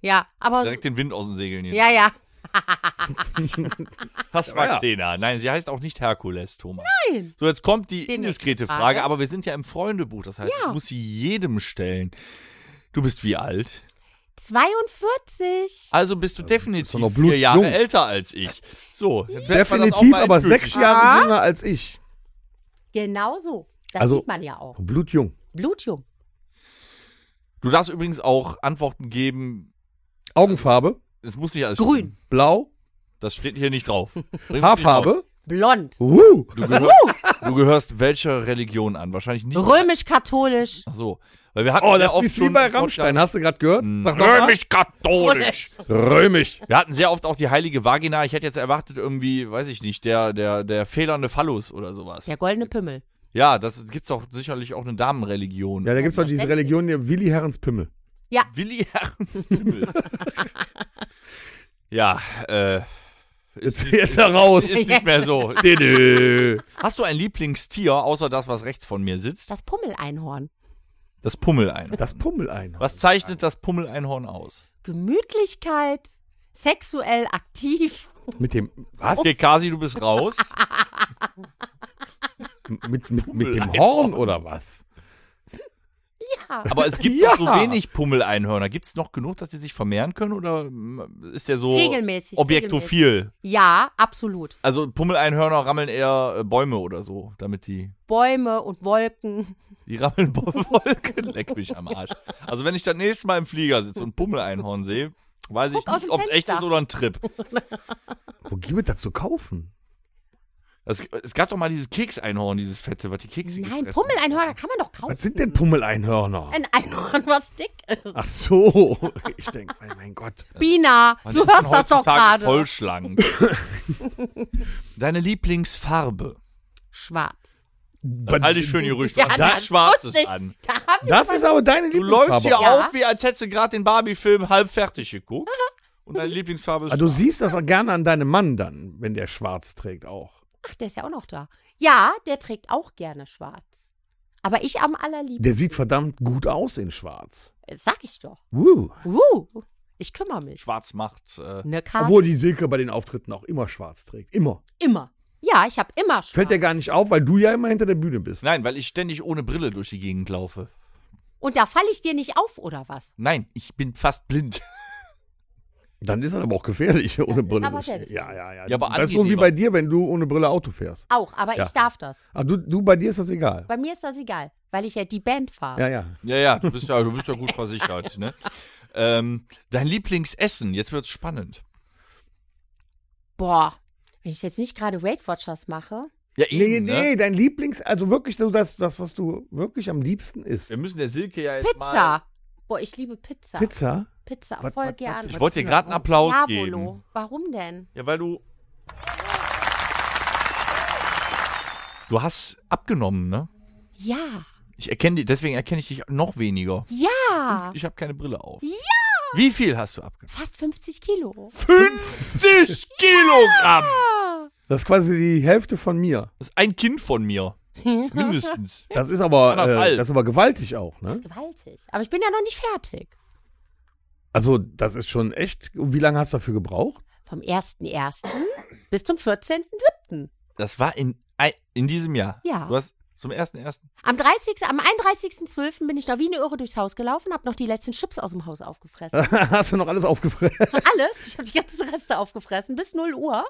Ja, aber. Direkt den Wind aus den Segeln hier. Also- Ja, ja. Das war Ja. Xena. Nein, sie heißt auch nicht Herkules, Thomas. Nein. So, jetzt kommt die Den indiskrete nächsten Frage. Frage. aber wir sind ja im Freundebuch. Das heißt, ich muss sie jedem stellen. Du bist wie alt? 42. Also bist du definitiv noch vier Jahre blutjung. älter als ich. So, jetzt werden wir das auch Definitiv, mal aber endgültig. sechs Jahre Ah. jünger als ich. Genau so. Das Also- sieht man ja auch. Blutjung. Blutjung. Du darfst übrigens auch Antworten geben. Augenfarbe, Es muss nicht alles stimmen. Grün. blau, Das steht hier nicht drauf. Bring es nicht drauf. Haarfarbe. Blond. Uh, Du, gehör, du gehörst welcher Religion an? Wahrscheinlich nicht. Römisch-katholisch. Ach so. Weil wir hatten oh, sehr das oft ist wie schon bei Rammstein. Podcast- Mhm. Hast du gerade gehört? Sag noch mal. Römisch-katholisch. Römisch. Wir hatten sehr oft auch die heilige Vagina. Ich hätte jetzt erwartet, irgendwie, weiß ich nicht, der, der, der fehlernde Phallus oder sowas. Der goldene Pimmel. Ja, das gibt's doch sicherlich auch eine Damenreligion. Ja, da gibt's doch diese Religion, hier, Willi Herrens Pimmel. Willi Herrens Pimmel. ja, äh. Jetzt, jetzt heraus. Ist nicht mehr so. Didü. Hast du ein Lieblingstier, außer das, was rechts von mir sitzt? Das Pummeleinhorn. Das Pummeleinhorn. Das Pummeleinhorn. Was zeichnet das Pummeleinhorn aus? Gemütlichkeit, sexuell aktiv. Mit dem, was? Okay, Kasi, du bist raus. Mit, mit, mit dem Horn oder was? Ja. Aber es gibt Ja. doch so wenig Pummeleinhörner. Gibt es noch genug, dass die sich vermehren können? Oder mm, ist der so Regelmäßig, objektophil? Ja, absolut. Also Pummeleinhörner rammeln eher äh, Bäume oder so, damit die. Bäume und Wolken. Die rammeln Bo- Wolken. Leck mich am Arsch. Also wenn ich das nächste Mal im Flieger sitze und ein Pummeleinhorn sehe, weiß Guck ich aus nicht, dem ob es echt Fenster. ist oder ein Trip. Wo gibt es das zu kaufen? Es, es gab doch mal dieses Kekseinhorn, dieses fette, was die Kekse Nein, gefressen Pummeleinhörner kann man doch kaufen. Was sind denn Pummeleinhörner? Ein Einhorn, was dick ist. Ach so. Ich denke, mein, mein Gott. Bina, Man du ist dann hörst das doch heutzutage gerade. Voll schlank. Deine Lieblingsfarbe. Schwarz. Dann halte ich schön gerücht. Ja, das das Schwarzes wusste ich. an. Da hab ich Das ist aber deine Du läufst Lieblingsfarbe. hier Ja. auf, wie als hättest du gerade den Barbie-Film halb fertig geguckt. Und deine Lieblingsfarbe ist Ah, Du siehst das auch gerne an deinem Mann dann, wenn der schwarz trägt auch. Ach, der ist ja auch noch da. Ja, der trägt auch gerne schwarz. Aber ich am allerliebsten. Der sieht verdammt gut aus in schwarz. Sag ich doch. Uh. Uh, ich kümmere mich. schwarz macht. Äh, Ne, Karl? Obwohl die Silke bei den Auftritten auch immer schwarz trägt. Immer. Immer. Ja, ich habe immer schwarz. Fällt dir gar nicht auf, weil du ja immer hinter der Bühne bist. nein, weil ich ständig ohne Brille durch die Gegend laufe. Und da falle ich dir nicht auf, oder was? Nein, ich bin fast blind. Dann ist das aber auch gefährlich, ohne ist Brille. aber durch- selbst- ja, ja, ja. Ja, aber das ist so wie angenehmer. bei dir, wenn du ohne Brille Auto fährst. Auch, aber Ja. ich darf das. Ah, du, du, bei dir ist das egal. Bei mir ist das egal, weil ich ja die Band fahre. Ja, ja. Ja, ja, du bist ja, du bist ja gut versichert. Ne? Ähm, dein Lieblingsessen, jetzt wird's spannend. Boah, wenn ich jetzt nicht gerade Weight Watchers mache. Ja, Nee, eben, nee, Ne? dein Lieblings, also wirklich so das, das, was du wirklich am liebsten isst. Wir müssen der Silke ja jetzt mal... Pizza. Boah, ich liebe Pizza. Pizza? Pizza, Was- voll was- gern. Ich wollte dir gerade einen Applaus geben. Diavolo. Warum denn? Ja, weil du... Du hast abgenommen, ne? Ja. Ich erkenne dich, deswegen erkenne ich dich noch weniger. Ja. Ich habe keine Brille auf. Ja! Wie viel hast du abgenommen? Fast 50 Kilo. 50 Kilogramm! Das ist quasi die Hälfte von mir. Das ist ein Kind von mir. Mindestens. Das ist aber, äh, Anderthalb. das ist aber gewaltig auch, ne? Gewaltig. Aber ich bin ja noch nicht fertig. Also, das ist schon echt. Wie lange hast du dafür gebraucht? Vom 1.1. bis zum 14.7. Das war in, ein- in diesem Jahr. Ja. Du hast zum ersten ersten. Am, 30, am 31.12. bin ich noch wie eine Irre durchs Haus gelaufen, habe noch die letzten Chips aus dem Haus aufgefressen. hast du noch alles aufgefressen? Alles. Ich habe die ganzen Reste aufgefressen bis 0 Uhr.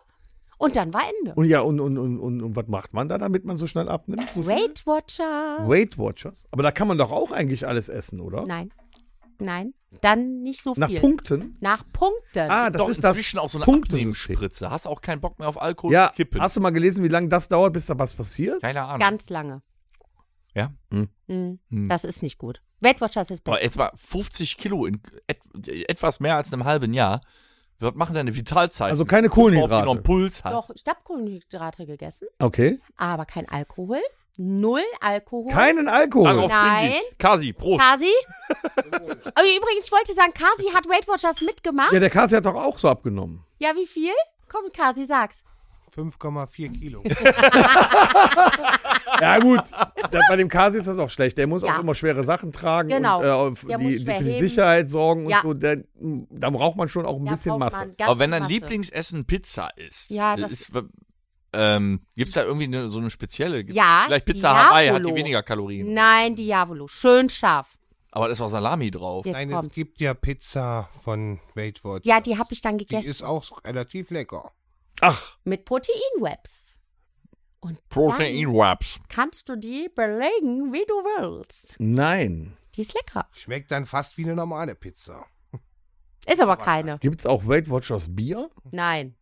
Und dann war Ende. Und ja, und, und, und, und, und was macht man da, damit man so schnell abnimmt? So viel? Weight Watcher. Weight Watchers. Aber da kann man doch auch eigentlich alles essen, oder? Nein. Nein. Dann nicht so Nach viel. Punkten? Nach Punkten. Ah, das Doch ist das inzwischen auch so eine Punktesystem. Abnehmspritze. Hast auch keinen Bock mehr auf Alkohol Ja, und Kippen. hast du mal gelesen, wie lange das dauert, bis da was passiert? Keine Ahnung. Ganz lange. Ja? Hm. Mhm. Das ist nicht gut. Weight Watchers ist Boah, besser. jetzt mal 50 Kilo in et, etwas mehr als einem halben Jahr. Was machen deine Vitalzeiten? Also keine Ob die noch einen Kohlenhydrate. Puls hat. Doch, ich habe Kohlenhydrate gegessen, Okay. aber kein Alkohol. Null Alkohol. Keinen Alkohol. Darauf trinke ich. Kasi, Prost. Kasi? Aber übrigens, ich wollte sagen, Kasi hat Weight Watchers mitgemacht. Ja, der Kasi hat doch auch so abgenommen. Ja, wie viel? Komm, Kasi, sag's. 5,4 Kilo. Ja, gut. Da, bei dem Kasi ist das auch schlecht. Der muss Ja. auch immer schwere Sachen tragen Genau. und äh, auf Der muss die, die, schwer für die heben. Sicherheit sorgen Ja. und so. Der, da braucht man schon auch ein Da bisschen braucht Masse. man ganz Aber wenn dein Masse. Lieblingsessen Pizza ist, Ja, das- ist ähm, gibt es da irgendwie eine, so eine spezielle? Gibt's Ja, Vielleicht Pizza Diavolo. Hawaii hat die weniger Kalorien. Nein, Diavolo. Schön scharf. Aber das war Salami drauf. Jetzt Nein, es kommt. gibt ja Pizza von Weight Watchers. Ja, die habe ich dann Die gegessen. ist auch relativ lecker. Ach, mit Proteinwebs. Und dann Wraps. kannst du die belegen, wie du willst. nein. Die ist lecker. Schmeckt dann fast wie eine normale Pizza. Ist aber keine. Gibt's auch Weight Watchers Bier? Nein.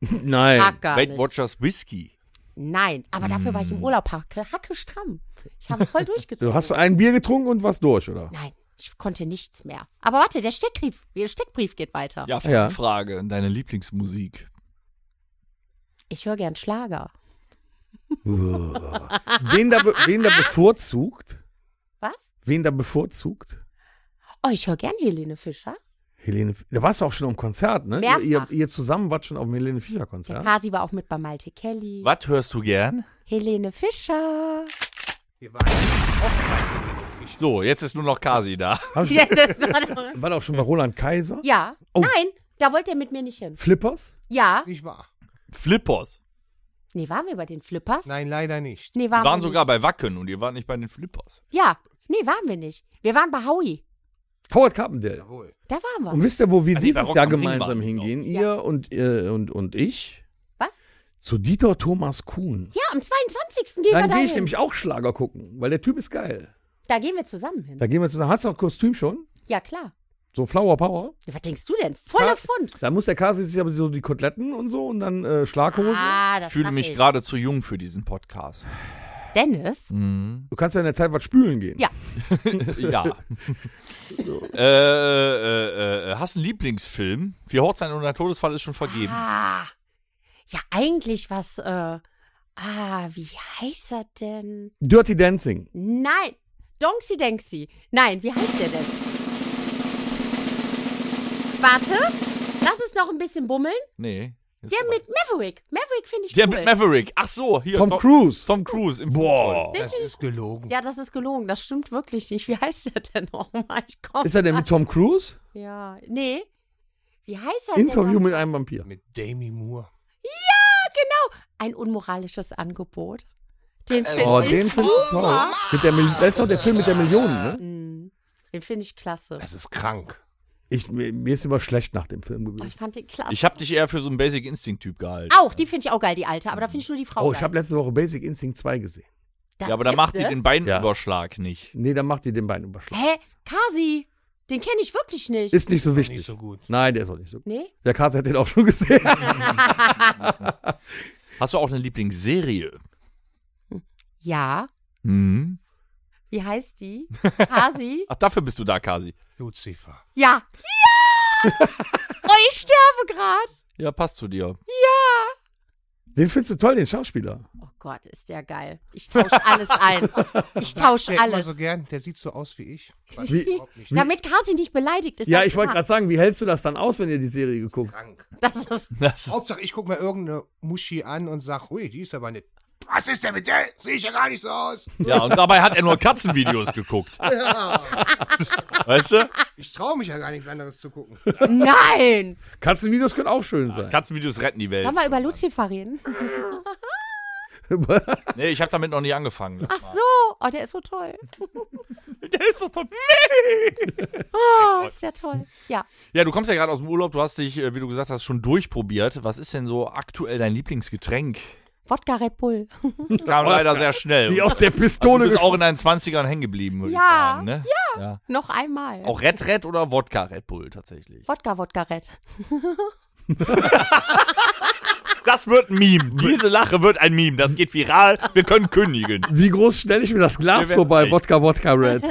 Nein. Mag gar Weight nicht. Watchers Whisky. Nein, aber dafür war ich im Urlaub hacke, hacke stramm. Ich habe voll durchgezogen. Mm. Du hast ein Bier getrunken und warst durch, oder? Nein, ich konnte nichts mehr. Aber warte, der Steckbrief, der Steckbrief geht weiter. Ja, Ja. Frage. Deine Lieblingsmusik. Ich höre gern Schlager. Wen da, be- wen da bevorzugt? Was? Wen da bevorzugt? Oh, ich höre gern Helene Fischer. Helene, F- da warst du auch schon am Konzert, ne? Ihr, Mehrfach. ihr, ihr zusammen wart schon auf dem Helene Fischer Der Konzert. Kasi war auch mit bei Malte Kelly. Was hörst du gern? Helene Fischer. Wir waren So, jetzt ist nur noch Kasi da. Hab ich, Ja, das war war da auch schon bei Roland Kaiser? ja. Oh. nein, da wollte er mit mir nicht hin. Flippers? Ja, nicht wahr. Flippers. nee, waren wir bei den Flippers? Nein, leider nicht. Nee, Wir waren, waren wir sogar bei Wacken und ihr wart nicht bei den Flippers. nicht. Ja, nee, waren wir nicht. Wir waren bei Howie. Howard Carpendale. Jawohl. Da waren wir. Und wisst ihr, wo wir Ah, nee, bei dieses Rock Jahr am Ring gemeinsam waren wir, glaub hingehen? Ihr Ja. und, äh, und, und ich? Was? Zu Dieter Thomas Kuhn. Ja, am 22. gehen wir Dann da gehe ich hin. nämlich auch Schlager gucken, weil der Typ ist geil. Da gehen wir zusammen hin. Da gehen wir zusammen. Hast du auch Kostüm schon? Ja, klar. So Flower Power. Ja, Was denkst du denn? Voller Ja. Pfund. Da muss der Kasi sich aber so die Koteletten und so und dann äh, Schlaghose. Ah, Ich das fühle mach mich ich. gerade zu jung für diesen Podcast. Dennis? Du kannst ja in der Zeit was spülen gehen. Ja. Ja. äh, äh, äh, hast du einen Lieblingsfilm? Vier Hochzeiten und ein Todesfall ist schon vergeben. Ah. Ja, eigentlich was, äh. Ah, wie heißt er denn? Dirty Dancing. Nein. Donksy Denksy. Nein, wie heißt der denn? Warte. Lass es noch ein bisschen bummeln. Nee. Ist Der vorbei. mit Maverick. Maverick finde ich Der cool. mit Maverick. Ach so, hier. Tom Cruise. Tom Cruise im Boah. Flugzeug. Das ist gelogen. ja, das ist gelogen. Das stimmt wirklich nicht. Wie heißt der denn nochmal? Ich komm. Ist er denn mit Tom Cruise? Ja. Nee. Wie heißt er Interview denn? mit einem Vampir. Mit Demi Moore. genau. Ein unmoralisches Angebot. Den finde Oh, ich den finde ich toll. Mit der Mil- das ist doch der Film mit der Million, ne? Mm, Den finde ich klasse. Das ist krank. Ich, mir, mir ist immer schlecht nach dem Film gewesen. Ich fand den klasse. Ich habe dich eher für so einen Basic Instinct-Typ gehalten. auch, die finde ich auch geil, die alte, aber da finde ich nur die Frau. Oh, ich geil. habe letzte Woche Basic Instinct 2 gesehen. Das Ja, aber da macht die gibt den es. Beinüberschlag nicht. Nee, dann macht ihr den Beinüberschlag. Hä? Kasi, den kenne ich wirklich nicht. Ist nicht so wichtig. Nicht so gut. Nein, der ist auch nicht so gut. nee? Der Kasi hat den auch schon gesehen. Hast du auch eine Lieblingsserie? Ja. Hm. Wie heißt die? Kasi? Ach, dafür bist du da, Kasi. Lucifer. ja. Ja! Oh, ich sterbe gerade. Ja, passt zu dir. den findest du toll, den Schauspieler. Oh Gott, ist der geil. Ich tausche alles ein. Ich tausche Der immer alles. so gern. Der sieht so aus wie ich. Weiß Wie- ich überhaupt nicht. Damit Kasi nicht beleidigt ist. Ja, das ich wollte klar. gerade sagen, wie hältst du das dann aus, wenn ihr die Serie geguckt? Krank. Das ist Das ist, Hauptsache, ich gucke mir irgendeine Muschi an und sag, hui, die ist aber nicht. Was ist denn mit der? Sehe ich ja gar nicht so aus. ja, und dabei hat er nur Katzenvideos geguckt. Weißt du? Ich traue mich ja gar nichts anderes zu gucken. Nein! Katzenvideos können auch schön sein. Katzenvideos retten die Welt. Sollen wir über Lucifer reden? Nee, ich habe damit noch nicht angefangen. Ach so. Oh, der ist so toll. Der ist doch toll. Oh, ist der toll. Ja. Ja, du kommst ja gerade aus dem Urlaub, du hast dich, äh, wie du gesagt hast, schon durchprobiert. Was ist denn so aktuell dein Lieblingsgetränk? Wodka Red Bull. Das kam leider sehr schnell. Wie aus der du Pistole bist auch geschossen. in deinen 20ern hängen geblieben, würde ich Ja, sagen. Ne? Ja. ja. Noch einmal. Auch Red Red oder Wodka Red Bull tatsächlich. Wodka, Wodka Red. Das wird ein Meme. Diese Lache wird ein Meme. Das geht viral. Wir können kündigen. Wie groß stelle ich mir das Glas Wir werden vorbei? reich. Wodka, Wodka Red.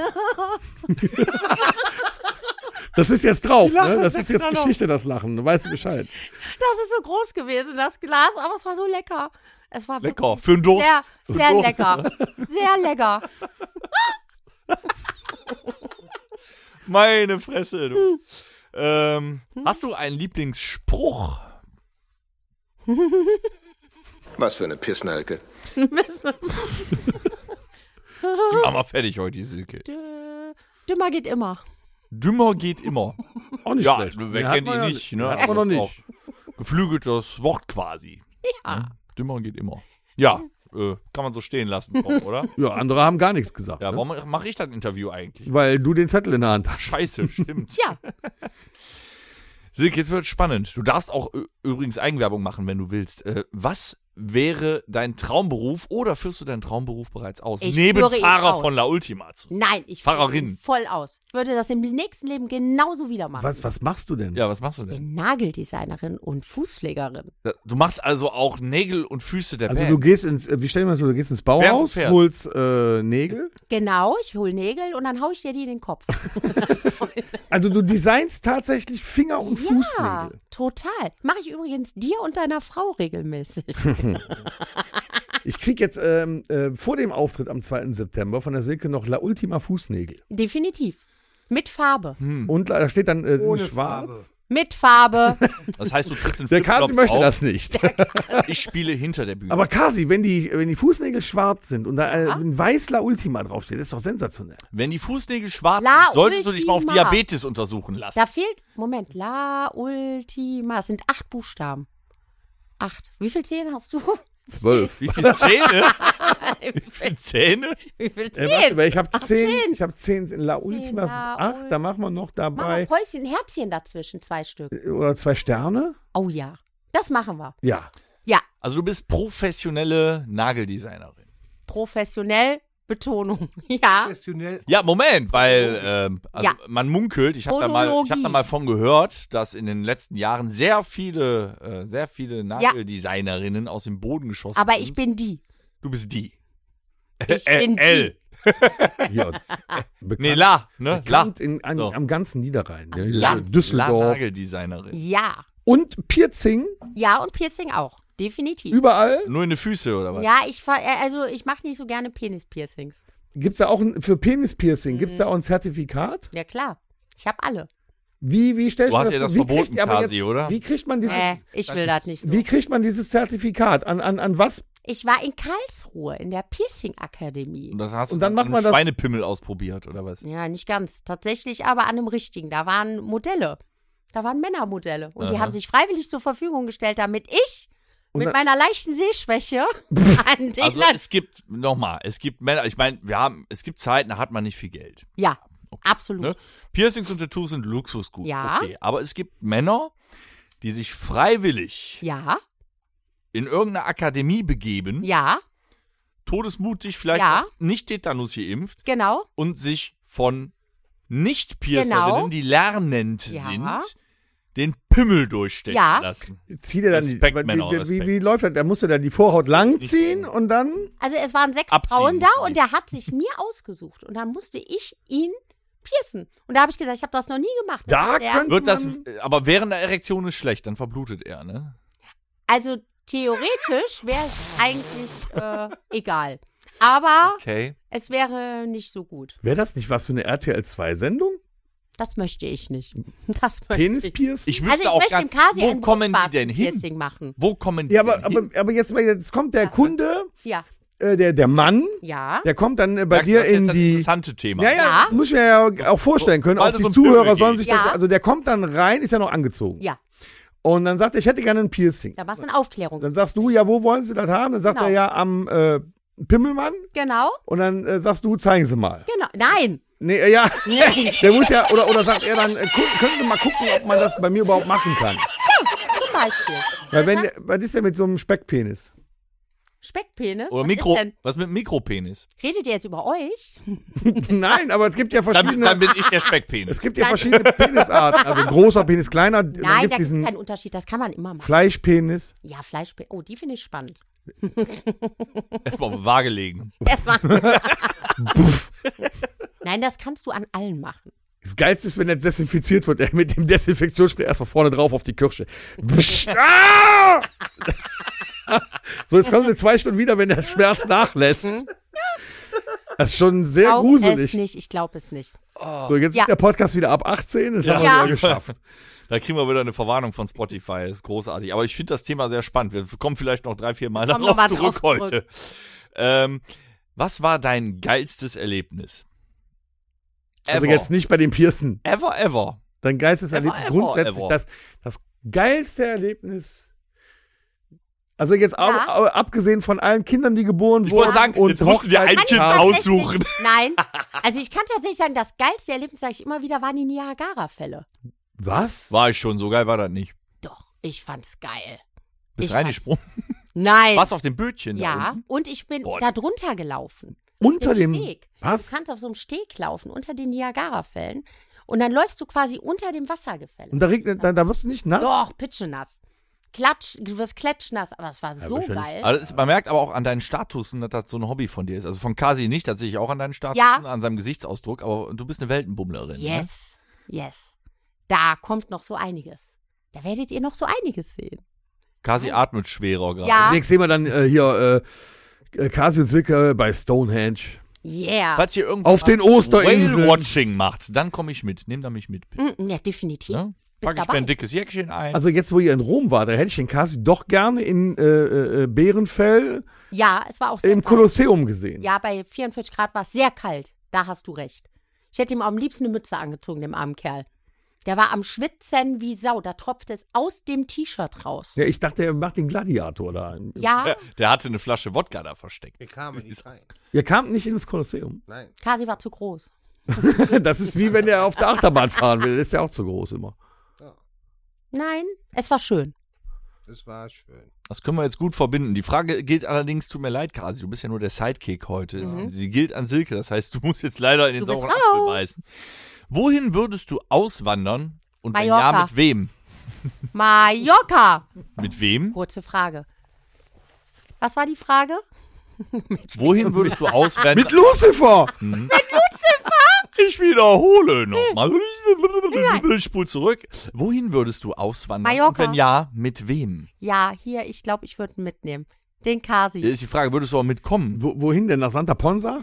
das ist jetzt drauf, ne? Das ist jetzt Geschichte, das Lachen. Du weißt Bescheid. Das ist so groß gewesen, das Glas, aber es war so lecker. Es war Lecker. wirklich Für den Durst. Sehr, Für den sehr Durst. lecker. Sehr lecker. Meine Fresse, Hm. du. Ähm, hast du einen Lieblingsspruch? Was für eine Pissnelke. Aber fertig heute, die Silke. Dö- Dümmer geht immer. Dümmer geht immer. Auch nicht Ja, schlecht. wer Den kennt hat man ja ihn nicht, ne? den Hat man Aber noch ist nicht. Geflügeltes Wort quasi. Ja. Dümmer geht immer. Ja, äh, kann man so stehen lassen, auch, oder? Ja, andere haben gar nichts gesagt. Ja, ne? warum mache ich das Interview eigentlich? Weil du den Zettel in der Hand hast. Scheiße, stimmt. Tja, Silke, jetzt wird spannend. Du darfst auch ü- übrigens Eigenwerbung machen, wenn du willst. Äh, was wäre dein Traumberuf oder führst du deinen Traumberuf bereits aus? Ich Neben führe ihn Fahrer aus. von La Ultima zu sein. nein, ich Fahrerin. flippe voll aus. Ich würde das im nächsten Leben genauso wieder machen. Was, was machst du denn? Ja, was machst du Ich denn? bin Nageldesignerin und Fußpflegerin. Du machst also auch Nägel und Füße der Also Band. du gehst ins, äh, wie stell dir mal so, du gehst ins Bauhaus, fährt. holst äh, Nägel. Genau, ich hole Nägel und dann hau ich dir die in den Kopf. Also du designst tatsächlich Finger und Ja, Fußnägel. total. Mache ich übrigens dir und deiner Frau regelmäßig. Ich krieg jetzt ähm, äh, vor dem Auftritt am 2. September von der Silke noch La Ultima Fußnägel. Definitiv. Mit Farbe. Hm. Und la- da steht dann äh, Ohne schwarz. Farbe. Mit Farbe. Das heißt, du trittst in Der Kasi Flipflops möchte auf, das nicht. ich spiele hinter der Bühne. Aber Kasi, wenn die, wenn die Fußnägel schwarz sind und da äh, ein weiß La Ultima draufsteht, ist doch sensationell. Wenn die Fußnägel schwarz La sind, solltest du dich mal auf ultima. Diabetes untersuchen lassen. Da fehlt, Moment, La Ultima. Es sind acht Buchstaben. Acht. Wie viele Zähne hast du? Zwölf. Wie viele Zähne? Zähne? Wie viele Äh, warte, Zähne? aber ich habe zehn, ich habe zehn in La Ultima sind La acht, da machen wir noch Mach mal dabei Päuschen, Herzchen dazwischen, zwei Stück. oder zwei Sterne. Oh ja, das machen wir. Ja. Ja, Also du bist professionelle Nageldesignerin. professionell Betonung. Ja, Professionell. Ja, Moment, weil ähm, also Ja. man munkelt, ich habe da, mal- ich hab da Podologie. mal von gehört, dass in den letzten Jahren sehr viele, äh, sehr viele Nageldesignerinnen aus dem Boden geschossen aber sind. ich bin die. Du bist die. Ich Äh, bin L. die. ja. Nee, Bekannt, La, ne? La. bekannt in, an, So. am ganzen Niederrhein. Ja, La. ja, Düsseldorf. Nageldesignerin. Ja, Und Piercing ja und Piercing auch. Definitiv. überall. Nur in die Füße oder was? Ja, ich ver- äh, also ich mache nicht so gerne Penis-Piercings. Gibt's da auch ein, für Penis-Piercing, gibt's da auch ein Zertifikat? Ja klar, ich habe alle. Wie, wie stellst Du hast das, ja das wie verboten, kriegt ihr aber Kasi, oder? Wie kriegt man dieses, Äh, ich will das nicht so. wie kriegt man dieses Zertifikat? An, an, an was? Ich war in Karlsruhe in der Piercing-Akademie. Und dann, hast Und du dann macht einen man das- Schweinepimmel ausprobiert oder was? Ja, nicht ganz. Tatsächlich aber an einem richtigen. Da waren Modelle. Da waren Männermodelle. Und die haben sich freiwillig zur Verfügung gestellt, damit ich mit dann- meiner leichten Sehschwäche an den Also es gibt, nochmal, es gibt Männer, ich meine, wir haben, es gibt Zeiten, da hat man nicht viel Geld. Ja, absolut. Ne? Piercings und Tattoos sind Luxusgut. Ja. Okay. Aber es gibt Männer, die sich freiwillig Ja, in irgendeine Akademie begeben, ja, todesmutig, vielleicht Ja. auch nicht Tetanus geimpft genau. und sich von Nicht-Piercerinnen, Genau. die lernend Ja. sind, den Pimmel durchstechen Ja. lassen. Zieht er dann Respekt, die, aber Männer, wie, Respekt. Wie, wie läuft das? Da musst du dann die Vorhaut langziehen und dann. Also es waren sechs Abziehen Frauen da müssen die. und der hat sich mir ausgesucht. Und dann musste ich ihn piercen. Und da habe ich gesagt, ich habe das noch nie gemacht. Da Der- könnte Wird das, man. aber während der Erektion ist schlecht, dann verblutet er, ne? also theoretisch wäre es eigentlich äh, egal. Aber Okay. es wäre nicht so gut. Wäre das nicht was für eine RTL 2-Sendung? Das möchte ich nicht. Das möchte ich. Penis-Piercing? Ich Also wüsste ich auch möchte gar dem Kasi wo ein kommen die denn hin? Piercing machen. Wo kommen die Ja, aber, denn hin? aber, aber jetzt, mal, jetzt kommt der Kunde, Ja, äh, der, der Mann, ja. der kommt dann äh, bei Merkst du, dir das ist in jetzt die. Das interessante Thema. Ja, ja, Ja. das muss ich mir ja auch vorstellen können. Weil Auch die du so ein Pimmel Zuhörer sollen sich gehst. das. Ja. Also der kommt dann rein, ist ja noch angezogen. Ja, Und dann sagt er, ich hätte gerne ein Piercing. da machst du eine Aufklärung. Dann sagst du, ja, wo wollen Sie das haben? Dann sagt Genau. er ja am äh, Pimmelmann. Genau, Und dann äh, sagst du, zeigen Sie mal. genau. Nein. Nee, äh, ja. Der muss ja, oder, oder sagt er dann, äh, gu- können Sie mal gucken, ob man das bei mir überhaupt machen kann. Zum Beispiel. Weil wenn, was ist denn mit so einem Speckpenis? Speckpenis. Oder was Mikro, Ist denn? was mit Mikropenis? Redet ihr jetzt über euch? Nein, aber es gibt ja Dann, verschiedene, dann bin ich der es Speckpenis. gibt ja verschiedene Penisarten. Also großer Penis, kleiner. dann Nein, gibt's da gibt es diesen keinen Unterschied. Das kann man immer machen. Fleischpenis. Ja, Fleischpenis. Oh, die finde ich spannend. Erstmal auf die Waage legen. Erstmal. Nein, das kannst du an allen machen. Das Geilste ist, wenn er desinfiziert wird, er mit dem Desinfektionsspray erstmal vorne drauf auf die Kirsche. Psch, ah! so, jetzt kommen sie zwei Stunden wieder, wenn der Schmerz nachlässt. Mhm. Das ist schon sehr Glaub es gruselig. nicht. Ich glaube es nicht. So, jetzt Ja. ist der Podcast wieder ab 18. Das haben wir Ja. wieder geschafft. Da kriegen wir wieder eine Verwarnung von Spotify. ist großartig. Aber ich finde das Thema sehr spannend. Wir kommen vielleicht noch drei, vier Mal kommen darauf noch mal zurück drauf zurück. heute. Ähm, was war dein geilstes Erlebnis? Ever. Also jetzt nicht bei dem Pearson. ever, ever. Dein geilstes Ever, Erlebnis ever, grundsätzlich ever. Das, das geilste Erlebnis. Also jetzt au- Ja. au- abgesehen von allen Kindern, die geboren Ich wurden wollte sagen, und jetzt musst du dir ein Hochzeiten Kind haben. Tatsächlich- aussuchen. Nein. Also ich kann tatsächlich sagen, das geilste Erlebnis, sage ich immer wieder, waren die Niagara-Fälle. Was? War ich schon, so geil war das nicht. Doch, ich fand's geil. Bist Ich reingesprungen. Nein. Warst auf dem Bötchen da Ja, unten? und ich bin Boah. da drunter gelaufen. Unter Dem dem. Steg. Was? Du kannst auf so einem Steg laufen, unter den Niagarafällen. Und dann läufst du quasi unter dem Wassergefälle. Und da regnet, da, da wirst du nicht nass. Doch, pitschenass. Klatsch, du wirst klatschnass, aber es war so aber ist ja nicht- geil. Also das ist, man merkt aber auch an deinen Statusen, dass das so ein Hobby von dir ist. Also von Kasi nicht, das sehe ich auch an deinen Statusen, Ja. an seinem Gesichtsausdruck, aber du bist eine Weltenbummlerin. Ne? Yes, yes. Da kommt noch so einiges. Da werdet ihr noch so einiges sehen. Kasi atmet schwerer gerade. Ja. Demnächst sehen wir dann äh, hier äh, äh, Casio Zwicke bei Stonehenge. Yeah. Falls ihr irgendwas Auf den Osterinseln. Whale-Watching macht, dann komme ich mit. Nehmt da mich mit. bitte, Mm, Ja, definitiv. Ne? Bist Pack ich mir dabei. ein dickes Jäckchen ein. Also jetzt, wo ihr in Rom war, da hätte ich den Casio doch gerne in äh, äh, Bärenfell Ja, es war auch sehr im kalt. Kolosseum gesehen. Ja, bei 44 Grad war es sehr kalt. Da hast du recht. Ich hätte ihm am liebsten eine Mütze angezogen, dem armen Kerl. Der war am Schwitzen wie Sau. Da tropfte es aus dem T-Shirt raus. Ja, ich dachte, er macht den Gladiator da. Ja, Äh, Der hatte eine Flasche Wodka da versteckt. Wir kamen nicht rein. Ihr kamt nicht ins Kolosseum. Nein. Kasi war zu groß. Das ist wie wenn er auf der Achterbahn fahren will. Der ist ja auch zu groß immer. Nein, es war schön. Das war schön. Das können wir jetzt gut verbinden. Die Frage gilt allerdings, tut mir leid, Kasi, du bist ja nur der Sidekick heute. Sie gilt an Silke, das heißt, du musst jetzt leider in den Mhm. Du bist sauren Apfel raus. beißen. Wohin würdest du auswandern und wenn ja, Mallorca. mit wem? Mallorca. Mit wem? Kurze Frage. Was war die Frage? Wohin würdest du auswandern? Mit Lucifer! ich wiederhole nochmal. Ich spul zurück. Wohin würdest du auswandern? Mallorca. Und wenn ja, mit wem? Ja, hier, ich glaube, ich würde ihn mitnehmen. Den Kasi. Hier ist die Frage, würdest du auch mitkommen? Wo, wohin denn? Nach Santa Ponsa?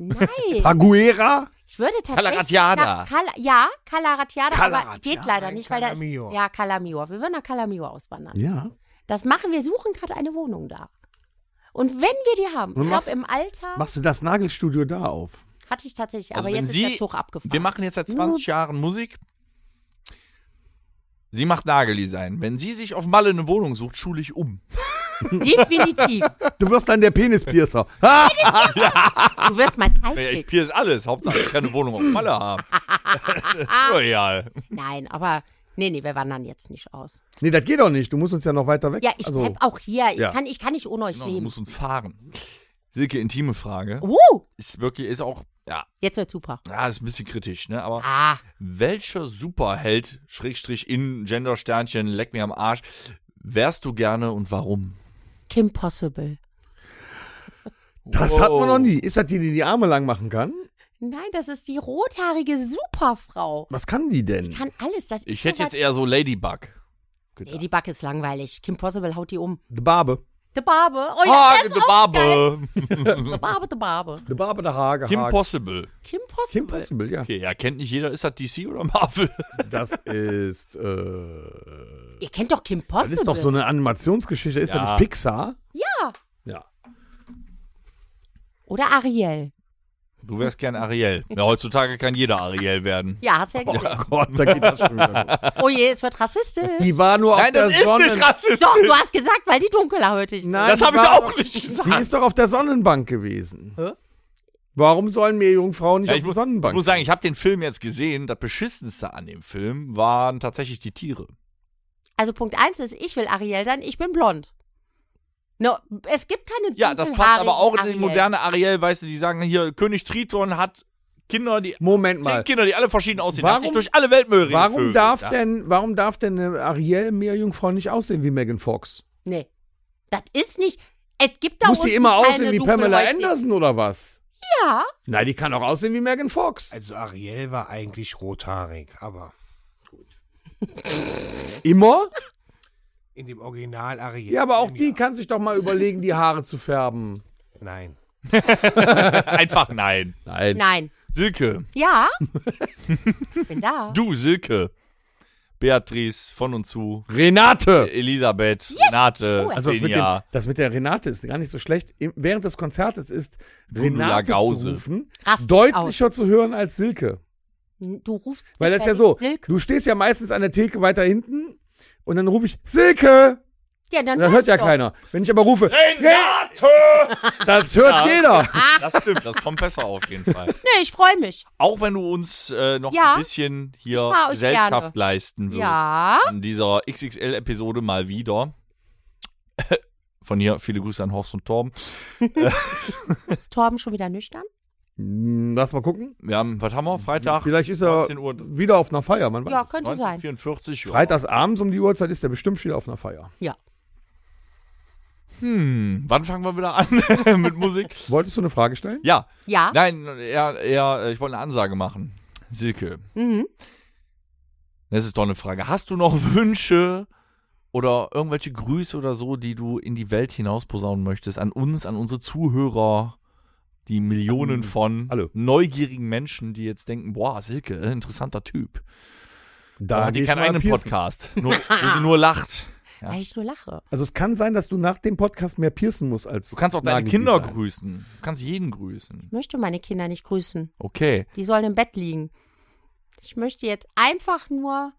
Nein. Paguera? Ich würde tatsächlich. Calaratiada. nach Cal ja, Calaratiada, aber Calaratiada, geht leider nicht, weil da ist. Calamior. Ja, Calamio. Wir würden nach Calamio auswandern. Ja. Das machen wir, suchen gerade eine Wohnung da. Und wenn wir die haben, ich machst- glaube im Alter Machst du das Nagelstudio da auf? hatte ich tatsächlich, Also aber wenn jetzt Sie- ist der Zug abgefahren. Wir machen jetzt seit 20 Jahren Musik. Sie macht Nageldesign. Wenn sie sich auf Malle eine Wohnung sucht, schule ich um. Definitiv. Du wirst dann der Penispiercer. Ha! Du wirst mein Ja, ich Sidekick. pierce alles. Hauptsache, ich kann eine Wohnung auf Malle haben. Royal. Nein, aber nee, nee, wir wandern jetzt nicht aus. Nee, das geht doch nicht. Du musst uns ja noch weiter weg. Ja, ich also, bleib auch hier. Ich, ja. kann, ich kann nicht ohne euch Genau, du leben. musst uns fahren. Silke, intime Frage. Uh, Ist wirklich, ist auch, ja, jetzt wird super. ja, ist ein bisschen kritisch, ne? Aber Ah, welcher Superheld, Schrägstrich in Gender-Sternchen, leck mir am Arsch, wärst du gerne und warum? Kim Possible. Das Wow. hat man noch nie. Ist das die, die die Arme lang machen kann? Nein, das ist die rothaarige Superfrau. Was kann die denn? Kann alles. Das Ich ist hätte so jetzt weit- eher so Ladybug. Nee, die Backe ist langweilig. Kim Possible haut die um. Die Barbe. De Barbe. Oh, ja, Ah, das the ist auch geil. Barbe. De Barbe, de Barbe. Die Barbe der Haare. Kim Haare. Possible. Kim Kim Possible. Possible, ja. Okay, ja, kennt nicht jeder. Ist das DC oder Marvel? Das ist, äh, Ihr kennt doch Kim das Possible. ist doch so eine Animationsgeschichte. Ist Ja. das nicht Pixar? ja. Ja. Oder Ariel. Du wärst gern Ariel. Ja, heutzutage kann jeder Ariel werden. Ja, hast ja Oh gesehen. Gott, da geht das schon wieder. los. Oh je, es wird rassistisch. Die war nur auf der Sonnen... rassistisch. Doch, du hast gesagt, weil die dunkelhäutig ist. Nein, das die habe ich war- auch nicht gesagt. Die ist doch auf der Sonnenbank gewesen. Warum sollen mir Jungfrauen nicht Ja, auf ich, die muss, Sonnenbank? ich muss sagen, ich habe den Film jetzt gesehen. Das Beschissenste an dem Film waren tatsächlich die Tiere. Also Punkt eins ist, ich will Ariel sein, ich bin blond. No, es gibt keine Ja, das passt dunkelhaarigen aber auch in die Ariel. moderne Ariel, weißt du, die sagen hier, König Triton hat Kinder, die Moment mal. zehn Kinder, die alle verschieden aussehen. Warum, hat sich Warum- durch alle Weltmöhren Warum gevögelt, darf, ja? denn, warum darf denn eine Ariel Meerjungfrau nicht aussehen wie Megan Fox? Nee. Das ist nicht. Es gibt da Muss die unten immer keine aussehen wie Pamela dunkelhäutigen- Anderson oder was? Ja. Nein, die kann auch aussehen wie Megan Äh, Fox. Also Ariel war eigentlich rothaarig, aber Immer? in dem Original Ariel. Ja, aber auch im die Jahr- kann sich doch mal überlegen, die Haare zu färben. Nein. Einfach nein. Nein. Nein. Silke, Ja. ich bin da. du Silke, Beatrice von und zu, Renate! Äh, Elisabeth, Renate, Oh, Also das mit, dem, Xenia. das mit der Renate ist gar nicht so schlecht. Im, während des Konzertes ist Renate zu Gause. rufen Rastet deutlicher zu hören als Silke. Du rufst. Weil das nicht ist ja mehr so, die Silke. du stehst ja meistens an der Theke weiter hinten und dann rufe ich Silke. Ja, dann Und das hör hört ich ja doch. keiner. Wenn ich aber rufe, Renate! das hört Ja. jeder. Das stimmt, das kommt besser auf jeden Fall. Nee, ich freue mich. Auch wenn du uns äh, noch Ja. ein bisschen Ich hier fahr euch Gesellschaft gerne. leisten wirst. Ja. In dieser XXL-Episode mal wieder. Von hier viele Grüße an Horst und Torben. Ist Torben schon wieder nüchtern? Hm, Lass mal gucken. Wir haben, was haben wir? Freitag? Vielleicht ist er 19 Uhr. wieder auf einer Feier. Man weiß. Ja, es. könnte sein. 1944. ja. Freitagsabends um die Uhrzeit ist er bestimmt wieder auf einer Feier. Ja. Hm, wann fangen wir wieder an mit Musik? Wolltest du eine Frage stellen? Ja. Ja. Nein, eher, eher, ich wollte eine Ansage machen. Silke, Mhm. das ist doch eine Frage. Hast du noch Wünsche oder irgendwelche Grüße oder so, die du in die Welt hinaus posaunen möchtest, an uns, an unsere Zuhörer, die Millionen von hallo. neugierigen Menschen, die jetzt denken, boah, Silke, äh, interessanter Typ. Da oh, geh die ich kann mal einen piercen. Podcast, nur, wo sie nur lacht. Ja. Weil ich nur lache. Also es kann sein, dass du nach dem Podcast mehr piercen musst als Du kannst auch deine Kinder Nageldesign. grüßen. Du kannst jeden grüßen. Ich möchte meine Kinder nicht grüßen. Okay. Die sollen im Bett liegen. Ich möchte jetzt einfach nur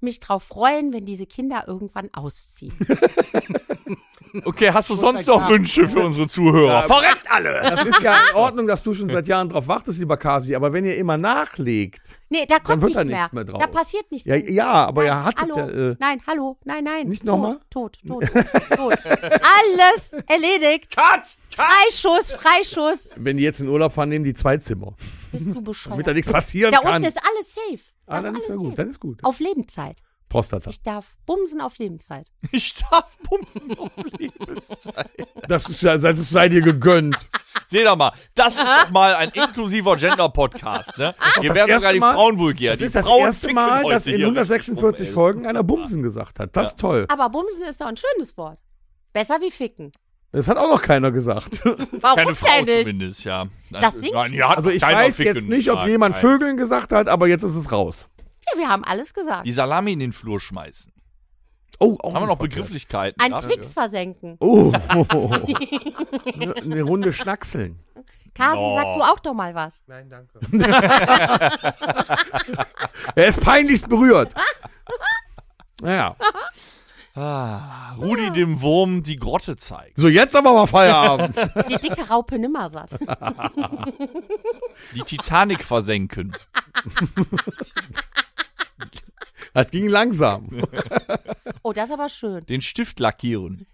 mich drauf freuen, wenn diese Kinder irgendwann ausziehen. Okay, hast du sonst gleich noch sagen. Wünsche für unsere Zuhörer? Verreckt alle! Das ist ja in Ordnung, dass du schon seit Jahren drauf wartest, lieber Kasi, aber wenn ihr immer nachlegt, Nee, da kommt Dann wird nichts, da mehr. nichts mehr drauf. Da passiert nichts Ja, mehr. ja, aber nein, er hat hallo, ja, äh, Nein, hallo, nein, nein. Nicht tot, nochmal? Tot, tot, tot. Alles erledigt. Cut! Freischuss, Freischuss. wenn die jetzt in Urlaub fahren, nehmen die zwei Zimmer, Bist du bescheuert? damit da nichts passieren Da kann. unten ist alles safe. ah, Da dann ist ja alles gut, safe. dann ist gut. Auf Lebenszeit. Prostata. Ich darf bumsen auf Lebenszeit. Ich darf bumsen auf Lebenszeit. Das, ist, ja- das sei dir gegönnt. Seht doch mal, das ist doch mal ein inklusiver Gender-Podcast, ne? Hier Ah. das werden erste sogar die Mal- Frauen vulgär. Das die ist das Frauen erste ficken Mal, heute dass in hier 146 richtig rum, ey. Folgen einer Bumsen gesagt hat. Das ist toll. Aber bumsen ist doch ein schönes Wort. Besser wie ficken. Das hat auch noch keiner gesagt. Warum Keine Frau denn nicht? zumindest, ja. Das singt- Nein, hier hat Also noch ich keiner weiß Ficken jetzt nicht, ob gesagt. jemand Nein. Vögeln gesagt hat, aber jetzt ist es raus. Ja, wir haben alles gesagt. Die Salami in den Flur schmeißen. Oh, auch Haben wir noch verkehrt. Begrifflichkeiten? Ein dafür? Twix versenken. Oh, oh, oh. Eine- eine Runde schnackseln. Kasi, No. sag du auch doch mal was. Nein, danke. Er ist peinlichst berührt. Naja, Ah. Rudi dem Wurm die Grotte zeigt. so jetzt aber mal Feierabend. Die dicke Raupe Nimmersatt. Die Titanic versenken. Das ging langsam. Oh, das ist aber schön. Den Stift lackieren.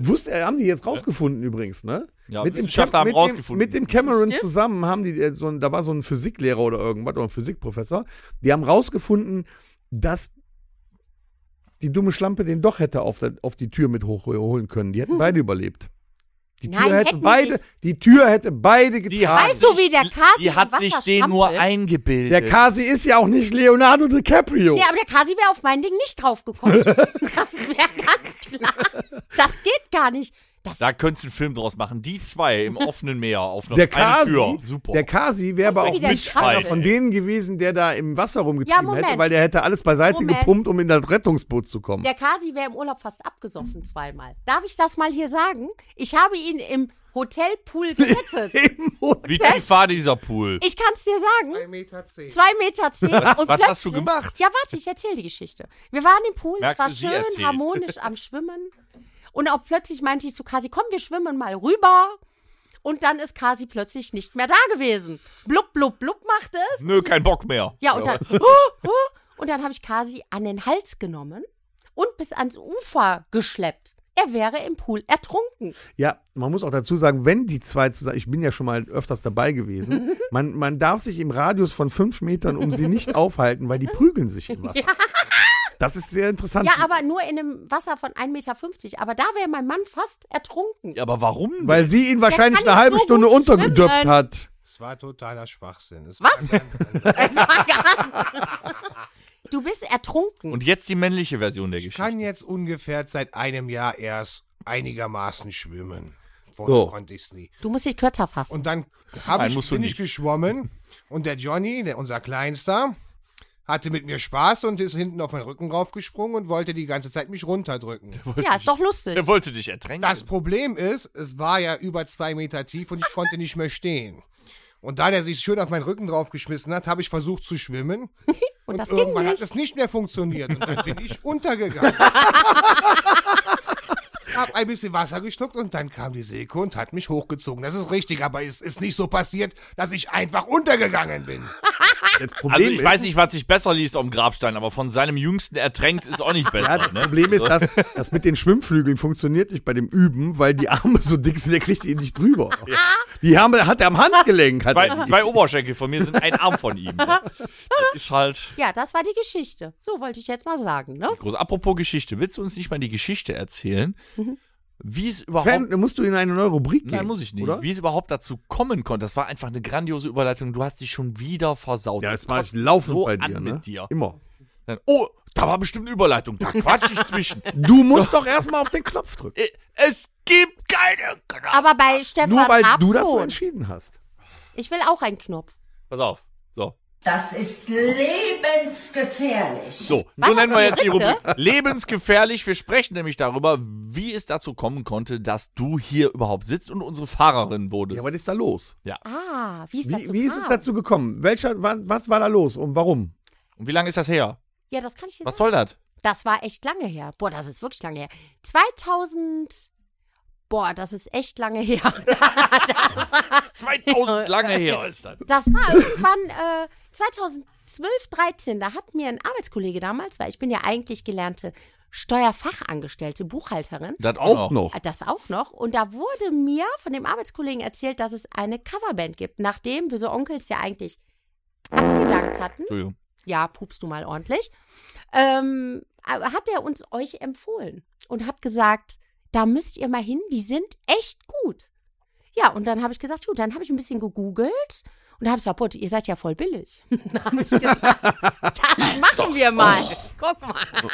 Wusste, äh, haben die jetzt rausgefunden übrigens, ne? Ja, dem, Wissenschaftler haben mit, rausgefunden. Dem, mit dem Cameron zusammen haben die, äh, so ein, da war so ein Physiklehrer oder irgendwas, oder ein Physikprofessor, die haben rausgefunden, dass die dumme Schlampe den doch hätte auf, der, auf die Tür mit hochholen können. Die hätten beide überlebt. Die Tür Nein, hätte hätten die beide, nicht. die Tür hätte beide getroffen. Die haben Weißt du, sich- wie der Kasi Die hat im sich Wasser den nur strampelt? eingebildet. Der Kasi ist ja auch nicht Leonardo DiCaprio. Ja, aber der Kasi wäre auf mein Ding nicht draufgekommen. das wäre ganz klar. Das geht gar nicht. Das da könntest du einen Film draus machen. Die zwei im offenen Meer auf einer Der eine Kasi, Tür. Super. der Kasi wäre Weißt du, aber auch wie der nicht Strampel einer von denen gewesen, der da im Wasser rumgetrieben Äh, Ja, Moment. hätte, weil der hätte alles beiseite Moment. gepumpt, um in das Rettungsboot zu kommen. Der Kasi wäre im Urlaub fast abgesoffen zweimal. Darf ich das mal hier sagen? Ich habe ihn im Hotelpool gerettet. Im Mund. Wie tief war dieser Pool? Ich kann es dir sagen. 1,10 Meter. Zehn. Zwei Meter zehn. Und Was hast du plötzlich- gemacht? Ja, warte, ich erzähle die Geschichte. Wir waren im Pool, Merkst es war du, sie schön erzählt. harmonisch am Schwimmen. Und auch plötzlich meinte ich zu Kasi, komm, wir schwimmen mal rüber. Und dann ist Kasi plötzlich nicht mehr da gewesen. Blub, blub, blub machte es. Nö, kein Bock mehr. Ja, und dann, huh, huh, und dann habe ich Kasi an den Hals genommen und bis ans Ufer geschleppt. Er wäre im Pool ertrunken. Ja, man muss auch dazu sagen, wenn die zwei zusammen, ich bin ja schon mal öfters dabei gewesen, man, man darf sich im Radius von fünf Metern um sie nicht aufhalten, weil die prügeln sich im Wasser. Das ist sehr interessant. Ja, aber nur in einem Wasser von 1,50 Meter. Aber da wäre mein Mann fast ertrunken. Ja, aber warum? weil sie ihn wahrscheinlich kann eine ich halbe so Stunde gut untergedöppt schwimmen. hat. Es war totaler Schwachsinn. Es Was? war ganz anders. Es war gar- du bist ertrunken. und jetzt die männliche Version der Ich Geschichte. kann jetzt ungefähr seit einem Jahr erst einigermaßen schwimmen. Vorher So. konnte ich es nie. du musst dich kürzer fassen. Und dann hab Nein, ich, musst du bin ich nicht. geschwommen und der Johnny, der, unser Kleinster, hatte mit mir Spaß und ist hinten auf meinen Rücken raufgesprungen und wollte die ganze Zeit mich runterdrücken. ja, ist doch lustig. Er wollte dich ertränken. Das Problem ist, es war ja über zwei Meter tief und ich konnte nicht mehr stehen. Und da der sich schön auf meinen Rücken draufgeschmissen hat, habe ich versucht zu schwimmen. Und das ging irgendwann hat nicht. es nicht mehr funktioniert und dann bin ich untergegangen. Hab ein bisschen Wasser geschluckt und dann kam die Silke und hat mich hochgezogen. Das ist richtig, aber es ist nicht so passiert, dass ich einfach untergegangen bin. Das also Problem ich weiß nicht, was sich besser liest am Grabstein, aber von seinem Jüngsten ertränkt ist auch nicht besser. Ja, das ne? Problem ist, dass das mit den Schwimmflügeln funktioniert nicht bei dem Üben, weil die Arme so dick sind, der kriegt ihn nicht drüber. Die Arme hat er am Handgelenk. Hat er Zwei, die. zwei Oberschenkel von mir sind ein Arm von ihm. Ne? Das ist halt. Ja, das war die Geschichte. So wollte ich jetzt mal sagen, ne? Groß. Apropos Geschichte, willst du uns nicht mal die Geschichte erzählen, Mhm. wie es überhaupt. Fan, musst du in eine neue Rubrik gehen. Nein, muss ich nicht. Oder? Wie es überhaupt dazu kommen konnte, das war einfach eine grandiose Überleitung. Du hast dich schon wieder versaut. Ja, Das es war kotzt laufend so bei an dir, ne? Mit dir. Immer. Dann, oh, da war bestimmt eine Überleitung. Da quatsch ich zwischen. Du musst doch erstmal auf den Knopf drücken. Äh, Es gibt keine Knopf. Aber bei Stefan Nur weil Abfon, du das so entschieden hast. Ich will auch einen Knopf. Pass auf. So. Das ist lebensgefährlich. So, War so das nennen wir eine jetzt die Rubrik. Witze? Lebensgefährlich. Wir sprechen nämlich darüber, wie es dazu kommen konnte, dass du hier überhaupt sitzt und unsere Fahrerin Ja, wurdest. was ist da los? Ah, wie ist das Wie, wie ist es dazu gekommen? Welcher, wa- was war da los und warum? und wie lange ist das her? Ja, das kann ich dir Was sagen. soll das? Das war echt lange her. Boah, das ist wirklich lange her. 2000. Boah, das ist echt lange her. 2000 lange her ist das. Das war irgendwann äh, 2012, 13. Da hat mir ein Arbeitskollege damals, weil ich bin ja eigentlich gelernte Steuerfachangestellte, Buchhalterin. Das auch, noch. Äh, Das auch noch. Und da wurde mir von dem Arbeitskollegen erzählt, dass es eine Coverband gibt, nachdem wir so Onkels ja eigentlich gedankt hatten. Entschuldigung. Ja, pupst du mal ordentlich. Ähm, aber hat er uns euch empfohlen und hat gesagt, da müsst ihr mal hin, die sind echt gut. Ja, und dann habe ich gesagt, gut, dann habe ich ein bisschen gegoogelt und habe gesagt, boah, ihr seid ja voll billig. dann habe ich gesagt, das machen wir mal. Oh. Guck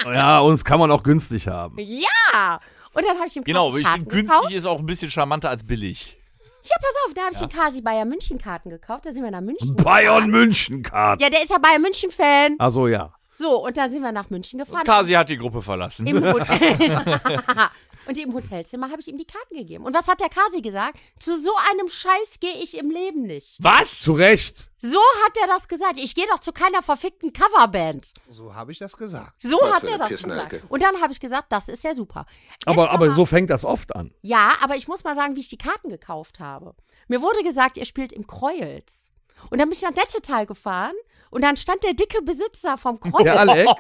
mal. Ja, uns kann man auch günstig haben. Ja. Und dann habe ich ihm Genau, ich, Karten günstig gekauft. ist auch ein bisschen charmanter als billig. Ja, pass auf, da habe ich den Kasi Bayern München Karten gekauft. Da sind wir nach München. Hm. Bayern München Card. Ja, der ist ja Bayern München Fan. Also ja. So, und dann sind wir nach München gefahren. Kasi hat die Gruppe verlassen. Im Hotel. Und im Hotelzimmer habe ich ihm die Karten gegeben. Und was hat der Kasi gesagt? Zu so einem Scheiß gehe ich im Leben nicht. Was? Zu Recht. So hat er das gesagt. Ich gehe doch zu keiner verfickten Coverband. So habe ich das gesagt. So Was hat für er eine das Pissnelke. gesagt. Und dann habe ich gesagt, das ist ja super. Aber, Jetzt aber mal- so fängt das oft an. Ja, aber ich muss mal sagen, wie ich die Karten gekauft habe. Mir wurde gesagt, ihr spielt im Kreuz. Und dann bin ich nach Nettetal gefahren und dann stand der dicke Besitzer vom Kreuz. Der Alex.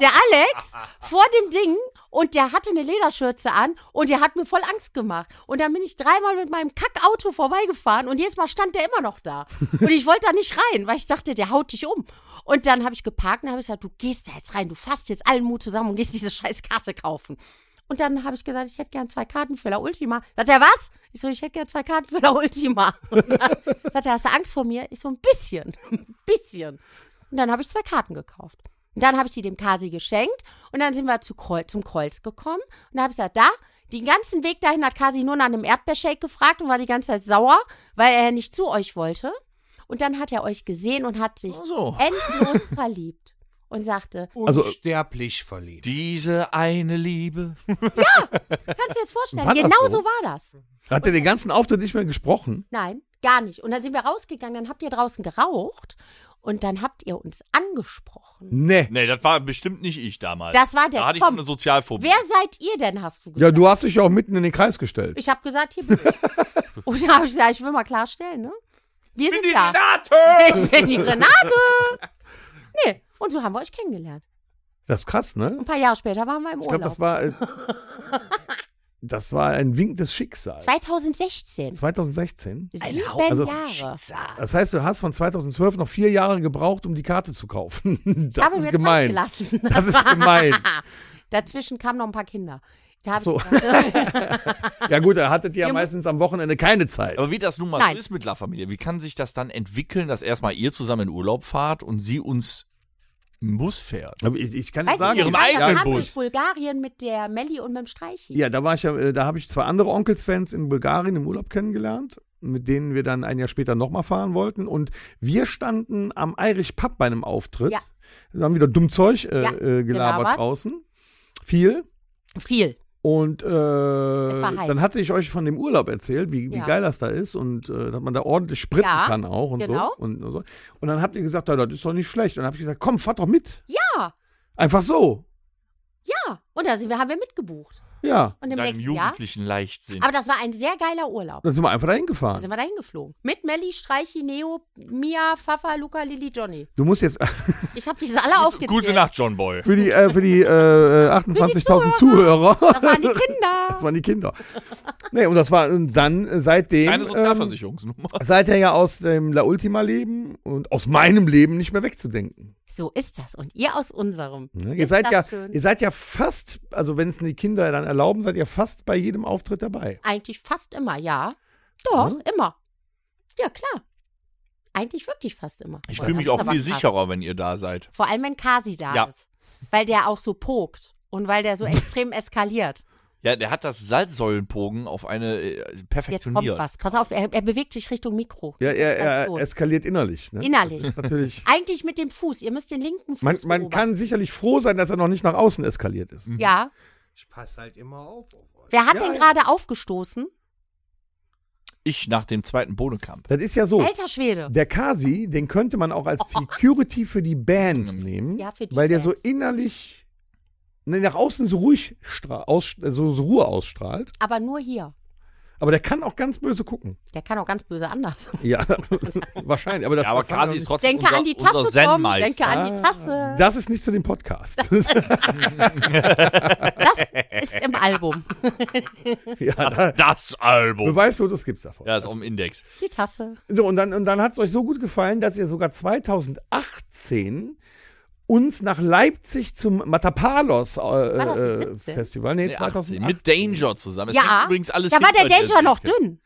der Alex vor dem Ding und der hatte eine Lederschürze an und der hat mir voll Angst gemacht. Und dann bin ich dreimal mit meinem Kackauto vorbeigefahren und jedes Mal stand der immer noch da. Und ich wollte da nicht rein, weil ich dachte, der haut dich um. Und dann habe ich geparkt und habe ich gesagt, du gehst da jetzt rein, du fasst jetzt allen Mut zusammen und gehst diese scheiß Karte kaufen. Und dann habe ich gesagt, ich hätte gern zwei Karten für La Ultima. Sagt er, was? Ich so, ich hätte gern zwei Karten für La Ultima. Und dann sagt er, hast du Angst vor mir? Ich so, ein bisschen, ein bisschen. Und dann habe ich zwei Karten gekauft. Und dann habe ich die dem Kasi geschenkt und dann sind wir zu Kreuz, zum Kreuz gekommen und da habe ich gesagt, da, den ganzen Weg dahin hat Kasi nur nach einem Erdbeershake gefragt und war die ganze Zeit sauer, weil er nicht zu euch wollte. Und dann hat er euch gesehen und hat sich Ach so. endlos verliebt und sagte, Also- äh, Unsterblich verliebt. Diese eine Liebe. kannst du dir das vorstellen? War das genau so? so war das. Hat er den ganzen Auftritt nicht mehr gesprochen? Nein, gar nicht. Und dann sind wir rausgegangen, dann habt ihr draußen geraucht und dann habt ihr uns angesprochen. Nee. Nee, das war bestimmt nicht ich damals. Das war der Da hatte ich Tom. eine Sozialphobie. Wer seid ihr denn, hast du gesagt? Ja, du hast dich ja auch mitten in den Kreis gestellt. Ich habe gesagt, hier bin ich. Und dann habe ich gesagt, ich will mal klarstellen, ne? Wir sind die da. Renate! Ich bin die Renate. Nee, und so haben wir euch kennengelernt. Das ist krass, ne? Ein paar Jahre später waren wir im Ich glaube, Urlaub. das war. Äh, das war ein Wink des Schicksals. 2016. 2016. Sieben Also- Jahre. Das heißt, du hast von 2012 noch vier Jahre gebraucht, um die Karte zu kaufen. Ich Das habe mir ist Zeit gemein. gelassen. Das ist gemein. Dazwischen kamen noch ein paar Kinder. Da habe So. ich gesagt, Ja gut, da hattet ihr ja Ihr meistens am Wochenende keine Zeit. Aber wie das nun mal Nein. so ist mit La Familia, wie kann sich das dann entwickeln, dass erstmal ihr zusammen in Urlaub fahrt und sie uns im Bus fährt? Aber ich, ich kann weißt du, sagen, wir Ihrem waren eigenen ja Bus. durch Bulgarien mit der Melli und mit dem Streichi. ja, da war ich ja, äh, da habe ich zwei andere Onkels-Fans in Bulgarien im Urlaub kennengelernt, mit denen wir dann ein Jahr später nochmal fahren wollten. Und wir standen am Irish Pub bei einem Auftritt. Ja. Wir haben wieder dumm Zeug äh, Ja, äh, gelabert, gelabert. draußen. Viel. Viel. Und äh, war heiß. dann hatte ich euch von dem Urlaub erzählt, wie, wie Ja. geil das da ist und äh, dass man da ordentlich spritten Ja, kann auch und genau. so. Und, und so. Und dann habt ihr gesagt, ja, das ist doch nicht schlecht. Und dann hab ich gesagt, komm, fahr doch mit. Ja, Einfach so. ja. Und da sind wir, haben wir mitgebucht. Ja. Und In im deinem nächsten Jahr. jugendlichen Leichtsinn. Aber das war ein sehr geiler Urlaub. Dann sind wir einfach dahin Da gefahren. sind wir da hingeflogen. Mit Melli, Streichi, Neo, Mia, Fafa, Luca, Lilly, Johnny. Du musst jetzt Ich habe diese alle aufgezählt. Gute Nacht, John Boy. für die, äh, für die äh, 28.000 Zuhörer. Das waren die Kinder. Das waren die Kinder. Nee, und das war und dann äh, seitdem. Keine ähm, Sozialversicherungsnummer. seid ihr ja aus dem La Ultima-Leben und aus meinem Leben nicht mehr wegzudenken. so ist das. Und ihr aus unserem. Ne? Ihr Ist seid das ja, schön? ihr seid ja fast, also wenn es die Kinder dann erlauben, seid ihr fast bei jedem Auftritt dabei. Eigentlich fast immer, ja. Doch, immer. Ja, klar. Eigentlich wirklich fast immer. Ich Boah, fühle das mich ist auch aber viel krass. sicherer, wenn ihr da seid. Vor allem, wenn Kasi da Ja. ist. weil der auch so pokt und weil der so extrem eskaliert. Ja, der hat das Salzsäulenpogen auf eine äh, Jetzt kommt perfektioniert. was. Pass auf, er, er bewegt sich Richtung Mikro. Ja, er, Jetzt geht's er los. eskaliert innerlich. Ne? Innerlich. Das ist natürlich. Eigentlich mit dem Fuß. Ihr müsst den linken Fuß Man, man beobachten. kann sicherlich froh sein, dass er noch nicht nach außen eskaliert ist. Ja. Ich passe halt immer auf. auf euch. Wer hat Ja, denn ja. gerade aufgestoßen? Ich nach dem zweiten Bohnenkampf. Das ist ja Oh. so. Alter Schwede. Der Kasi, den könnte man auch als Security für die Band nehmen, Ja, für die weil der Band. so innerlich ne, nach außen so ruhig stra- aus, so, so Ruhe ausstrahlt. Aber nur hier. Aber der kann auch ganz böse gucken. Der kann auch ganz böse anders. Ja, wahrscheinlich. Aber das, Ja, aber das haben wir Kasi ist noch trotzdem Denke unser, an die unser Tasse, Tom. Zen-Meister. Denke an die Tasse. nicht- das ist nicht zu dem Podcast. Das ist im Album. ja, da, Das Album. Beweisfotos gibt's davon. Ja, ist auf dem Index. Die Tasse. So, und dann, und dann hat's euch so gut gefallen, dass ihr sogar 2018 uns nach Leipzig zum Matapalos äh, das nicht äh, 17? Festival. Nee, Nee, 2018. 18. Mit Danger zusammen. Es ja. liegt übrigens alles da war der hinter dir, Danger noch Silke. dünn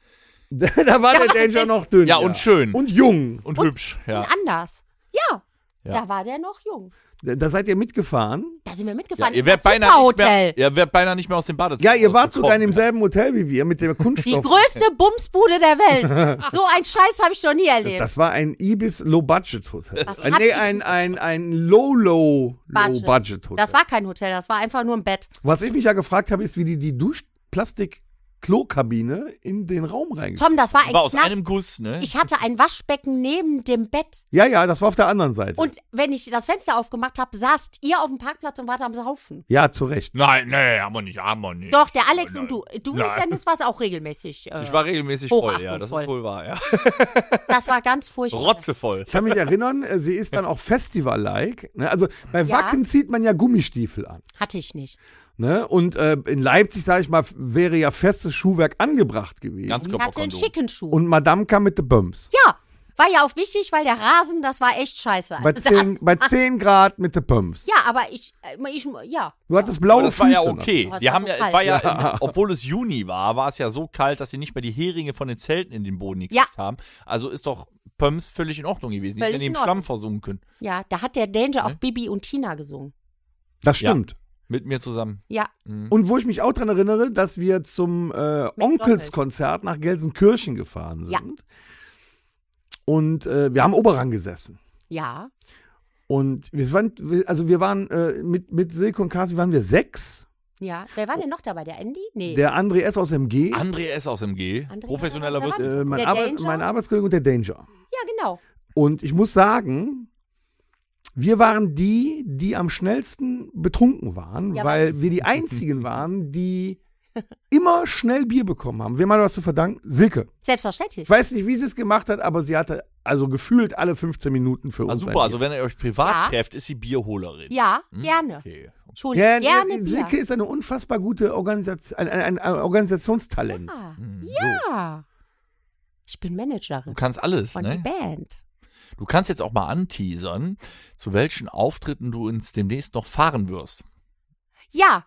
da war der Danger noch dünn. Ja, und schön. Und jung. Und, hübsch. Ja. und anders. Ja. Ja. Da war der noch jung. Da seid ihr mitgefahren. Da sind wir Ja, mitgefahren. ihr in wärt das beinahe nicht Superhotel. mehr, ihr wärt beinahe nicht mehr aus dem Badezimmer. Ja, ihr wart sogar in rausgekommen. demselben Hotel wie wir mit dem Die Kunststoff. größte Bumsbude der Welt. So ein Scheiß habe ich noch nie erlebt. das war ein Ibis Low Budget Hotel. Was Ein- hat nee, ich- ein, ein, ein Low Low Low Budget. Budget Hotel. Das war kein Hotel, das war einfach nur ein Bett. Was ich mich ja gefragt habe, ist, wie die die Duschplastik-Klokabine in den Raum reingekommen. Tom, das war ein War aus Knast. einem Guss, ne? Ich hatte ein Waschbecken neben dem Bett. Ja, ja, das war auf der anderen Seite. Und wenn ich das Fenster aufgemacht habe, saßt ihr auf dem Parkplatz und wart am Saufen. ja, zu Recht. Nein, nee, haben wir nicht, haben wir nicht. Doch, der Alex Oh Nein. und du. Du, Nein. Dennis, warst auch regelmäßig. Äh, Ich war regelmäßig voll, ja, Hochachtung das ist voll. wohl wahr, ja. das war ganz furchtbar. Rotzevoll. Ich kann mich erinnern, äh, sie ist dann auch Festival-like. Ne? Also bei Ja. Wacken zieht man ja Gummistiefel an. Hatte ich nicht. Ne? Und äh, in Leipzig, sage ich mal, f- wäre ja festes Schuhwerk angebracht gewesen. Ganz Ich hatte einen Körperkondom. schicken Schuh. Und Madame kam mit den Bums. ja, war ja auch wichtig, weil der Rasen, das war echt scheiße. Bei Also 10, das- bei 10 Grad mit den Bums. ja, aber ich, äh, ich, ja. Du hattest blaue Aber das war Füße. ja noch. okay. Aber es Wir war haben so ja, es kalt. war ja, obwohl es Juni war, war es ja so kalt, dass sie nicht mehr die Heringe von den Zelten in den Boden gekriegt Ja. haben. Also ist doch Pöms völlig in Ordnung gewesen. Völlig die sind in in dem Schlamm Ordnung. versunken. Ja, da hat der Danger auch Bibi und Tina gesungen. Das stimmt. Mit mir zusammen. Ja, Mhm. Und wo ich mich auch dran erinnere, dass wir zum äh, Onkelskonzert nach Gelsenkirchen gefahren sind. Ja. Und äh, wir haben Oberrang gesessen. ja. Und wir waren, wir- also wir waren äh, mit, mit Silke und Carsten, waren wir sechs. Ja, wer Oh. war denn noch dabei? Der Andy? Nee. Der André S. aus MG, André S. aus MG, André professioneller war da? Würstchen. äh, mein, der Arbe Danger? mein Arbeitskollege und der Danger. ja, genau. Und ich muss sagen, wir waren die, die am schnellsten betrunken waren, Ja, weil wir die einzigen waren, die immer schnell Bier bekommen haben. Wem hat das zu verdanken? Silke. Selbstverständlich. Ich weiß nicht, wie sie es gemacht hat, aber sie hatte also gefühlt alle 15 Minuten für Ah, uns. ein super, Bier. also wenn ihr euch privat Ja. trefft, ist sie Bierholerin. Ja, gerne. Hm. Okay. Entschuldigung, ja, gerne äh, Bier. Silke ist eine unfassbar gute Organisation, ein, ein, ein Organisationstalent. Ah, ja. Ich bin Hm, Du Managerin kannst alles, von ne? der Band. Du kannst jetzt auch mal anteasern, zu welchen Auftritten du uns demnächst noch fahren wirst. Ja.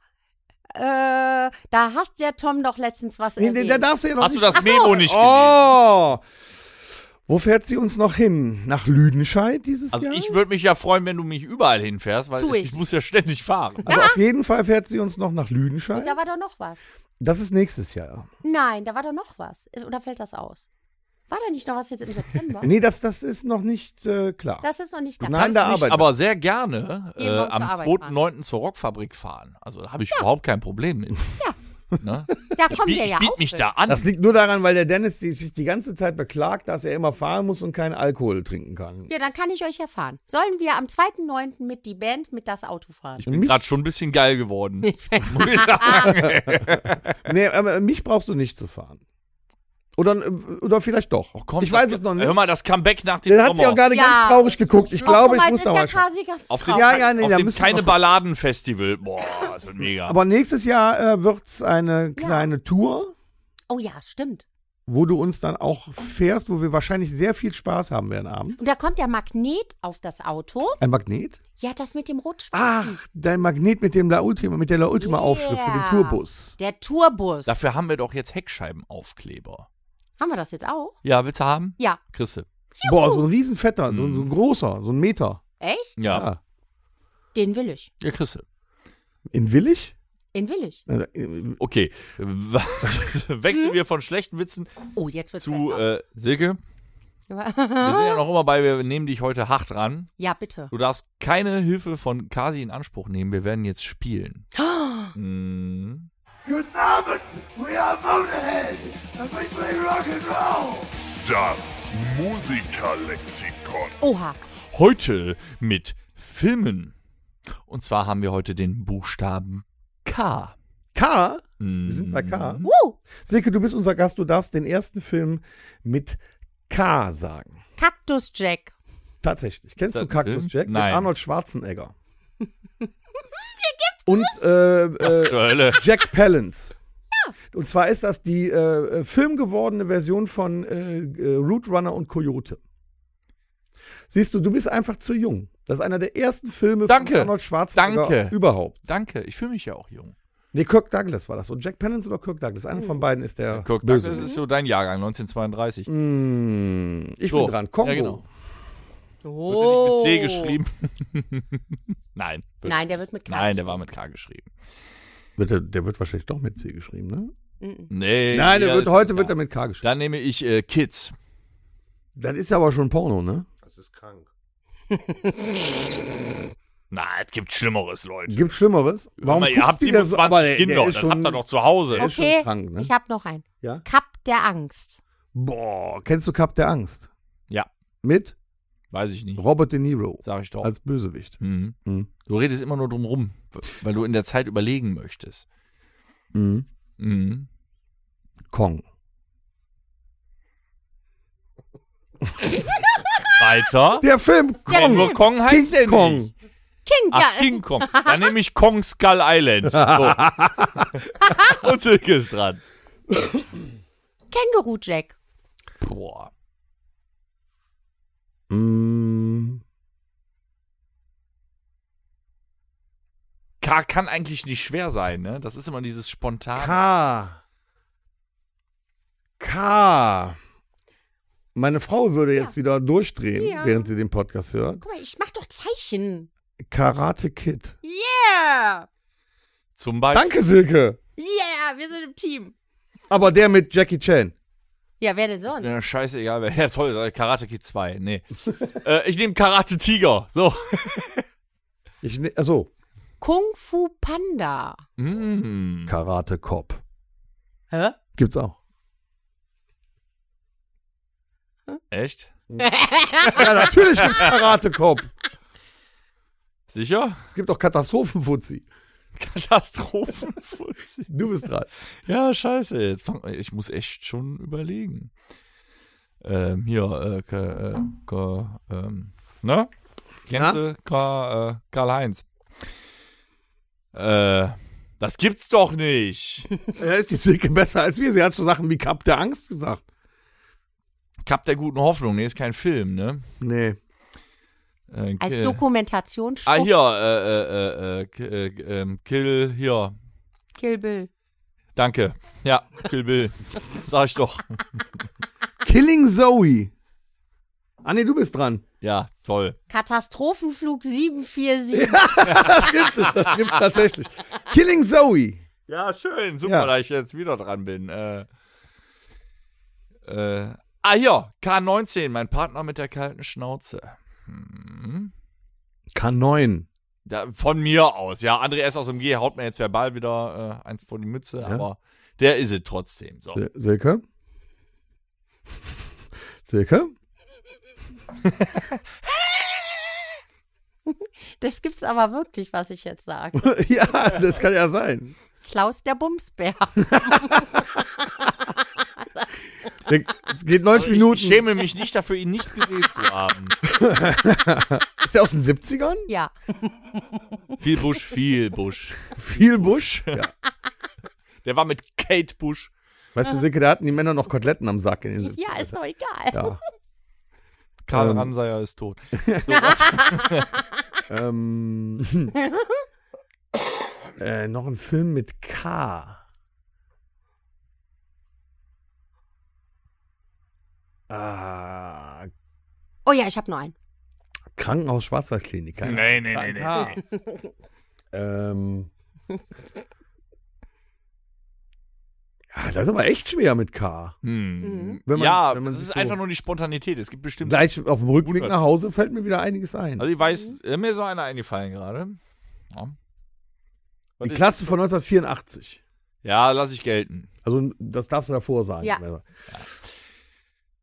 Äh, da hast ja Tom doch letztens was Nee, nee, erwähnt. da darfst du ja noch Hast du nicht. das Ach so. Memo nicht gelesen? oh! Wo fährt sie uns noch hin? Nach Lüdenscheid dieses Also Jahr? ich würde mich ja freuen, wenn du mich überall hinfährst, weil Tu ich. ich. muss ja ständig fahren. also auf jeden Fall fährt sie uns noch nach Lüdenscheid. da war doch noch was. Das ist nächstes Jahr. Nein, da war doch noch was. Äh, Oder fällt das aus? War da nicht noch was jetzt im September? Nee, das, das ist noch nicht äh, klar. Das ist noch nicht da. Nein, da Kannst mich arbeiten. aber sehr gerne äh, Jeden Morgen am zur Arbeit 2.9. zur Rockfabrik fahren. Also da habe ich überhaupt kein Problem mit. Ja. Ne? Da kommen Ich, wir ich ja biete auch. mich mit. da an. das liegt nur daran, weil der Dennis die, sich die ganze Zeit beklagt, dass er immer fahren muss und keinen Alkohol trinken kann. Ja, dann kann ich euch erfahren. Sollen wir am 2.9. mit die Band mit das Auto fahren? ich bin gerade schon ein bisschen geil geworden. Muss ich sagen. Nee, aber mich brauchst du nicht zu fahren. Oder, äh, oder vielleicht doch. Komm, ich weiß das- es noch Hör nicht. mal, das Comeback nach dem Der hat sich auch Sommer. gerade Ja. ganz traurig geguckt. Ich glaube, ich Oftmals muss ist noch mal der schauen. Kasi ganz Auf dem, traurig. Ja, ja, nee, auf da dem müssen wir keine noch- Balladen-Festival. Boah, das wird mega. Aber nächstes Jahr äh, wird's eine kleine Tour, Oh ja, stimmt. wo du uns dann auch fährst, wo wir wahrscheinlich sehr viel Spaß haben werden abends. Und da kommt der Magnet auf das Auto. Ein Magnet? Ja, das mit dem Ah. Rotschwarzen. Ach, dein Magnet mit dem La Ultima, mit der La Ultima Aufschrift für den Yeah. Tourbus. Der Tourbus. Dafür haben wir doch jetzt Heckscheibenaufkleber. Haben wir das jetzt auch? Ja, willst du haben? Ja. Chrisse. Boah, so ein riesen fetter, so, ein- so ein großer, so ein Meter. Echt? Mhm. Ja. Ja. Den will ich. Ja, kriegst du. In Willig? Den will ich. Also, äh, Okay. W- Wechseln wir von schlechten Witzen Oh, jetzt wird's zu besser. äh, Silke. Wir sind ja noch immer bei, wir nehmen dich heute hart ran. ja, bitte. Du darfst keine Hilfe von Kasi in Anspruch nehmen. Wir werden jetzt spielen. Mhm. Das Musikerlexikon. Oha. Heute mit Filmen. Und zwar haben wir heute den Buchstaben K. K? Wir sind bei K. Mhm. Uh, Silke, du bist unser Gast, du darfst den ersten Film mit K sagen. Cactus Jack. Tatsächlich. Kennst das du ein Cactus Film? Jack? Nein. Mit Arnold Schwarzenegger. Und äh, äh, Zur Hölle. Jack Palance. Und zwar ist das die äh, äh, filmgewordene Version von äh, äh, Root Runner und Coyote. Siehst du, du bist einfach zu jung. Das ist einer der ersten Filme Danke. von Arnold Schwarzenegger Danke. überhaupt. Danke, ich fühle mich ja auch jung. Nee, Kirk Douglas war das. Und Jack Palance oder Kirk Douglas? Einer Hm. von beiden ist der Guck, das böse. ist so dein Jahrgang, 1932. Mm, ich So. bin dran. Kongo. Ja, genau. Oh. Wird ja nicht mit C geschrieben. Nein. wird- Nein, der wird mit K. Nein, der war mit K geschrieben. Wird der, der wird wahrscheinlich doch mit C geschrieben, ne? Nee. Nein, der Äh, ja, wird, ist heute mit wird K. er mit K geschrieben. Dann nehme ich äh, Kids. Das ist ja aber schon Porno, ne? Das ist krank. Na, es gibt Schlimmeres, Leute. Gibt Schlimmeres. Warum Hör mal, ihr habt guckst du dir so- 27 aber der- der Kinder, ist das schon- habt ihr doch zu Hause. Der ist schon Okay, krank, ne? ich habe noch einen. Ja? Cup der Angst. Boah, kennst du Cup der Angst? Ja. Mit Weiß ich nicht. Robert De Niro Sag ich doch. als Bösewicht. mhm. Also- Mhm. Du redest immer nur drum rum, weil du in der Zeit überlegen möchtest. Mhm. Mhm. Kong. Weiter. Der Film Der Kong. Nur Kong heißt King der Kong. nicht. King, Ach, ja, King Kong. Dann nehme ich Kong Skull Island. So. Und Silke ist dran. Känguru Jack. Boah. Mm, K kann eigentlich nicht schwer sein, ne? Das ist immer dieses spontane. K. K. Meine Frau würde jetzt wieder durchdrehen, Ja. während sie den Podcast hört. Guck mal, ich mach doch Zeichen. Karate Kid. Yeah. Zum Beispiel. Danke, Silke. Yeah, wir sind im Team. Aber der mit Jackie Chan. Ja, wer denn Ist sonst? mir doch scheißegal, wer. Ja, toll, äh, Karate Kid 2. Nee. äh, ich nehme Karate Tiger. So. Ich ne also Kung Fu Panda. Mm. Karate Cop. Hä? Gibt's auch. Echt? Ja, natürlich gibt's Karate Cop. Sicher? Es gibt auch Katastrophenfuzzi. Katastrophenfuzzi. Du bist dran. Ja, scheiße. Jetzt fang, äh, ich muss echt schon überlegen. Ähm, hier, äh, K, äh, K, ähm, ne? Kennst du K, äh, Karl-Heinz? Äh, das gibt's doch nicht. Ja, ist die Silke besser als wir. Sie hat so Sachen wie Cup der Angst gesagt. Kap der guten Hoffnung. Nee, ist kein Film, ne? Nee. Äh, Als K- Dokumentation Ah, hier, äh, äh, äh, äh, K- äh, ähm, Kill, hier. Kill Bill. Danke. Ja, Kill Bill. Sag ich doch. Killing Zoe. Ah, nee, du bist dran. Ja, toll. Katastrophenflug 747. Das gibt es, das gibt's tatsächlich. Killing Zoe. Ja, schön. Super, Ja. da ich jetzt wieder dran bin. Äh, äh, ah, hier. K19, mein Partner mit der kalten Schnauze. K9. Da, von mir aus. Ja, André S. aus dem G haut mir jetzt verbal wieder äh, eins vor die Mütze, aber der ist es trotzdem. So. Sil- Silke? Silke? Das gibt's aber wirklich, was ich jetzt sage. ja, das kann ja sein. Klaus der Bumsbär. Es geht 90 Minuten. Ich schäme mich nicht dafür, ihn nicht gesehen zu haben. Ist der aus den 70ern? Ja. Viel Busch, viel Busch. Viel Busch. Ja. Der war mit Kate Busch. Weißt du, Silke, da hatten die Männer noch Koteletten am Sack in den 70ern. Ja, ist doch egal. Ja. Karl Ähm. Ransayer ist tot. ähm, äh, noch ein Film mit K. Ah, Oh ja, ich habe noch einen. Ah, Krankenhaus Schwarzwaldklinik. keine Nee, Ahnung. nee, nee, nee. Ähm. Ja, das ist aber echt schwer mit K. Hm. Wenn man- ja, wenn man das sich ist so- einfach nur die Spontanität. Es gibt bestimmt. Gleich auf dem Rückweg Hundert. nach Hause fällt mir wieder einiges ein. Also ich Mhm. weiß, äh, mir ist noch einer eingefallen gerade. Ja. Was Die ist- Klasse von 1984. Ja, lass ich gelten. Also das darfst du davor sagen. Ja.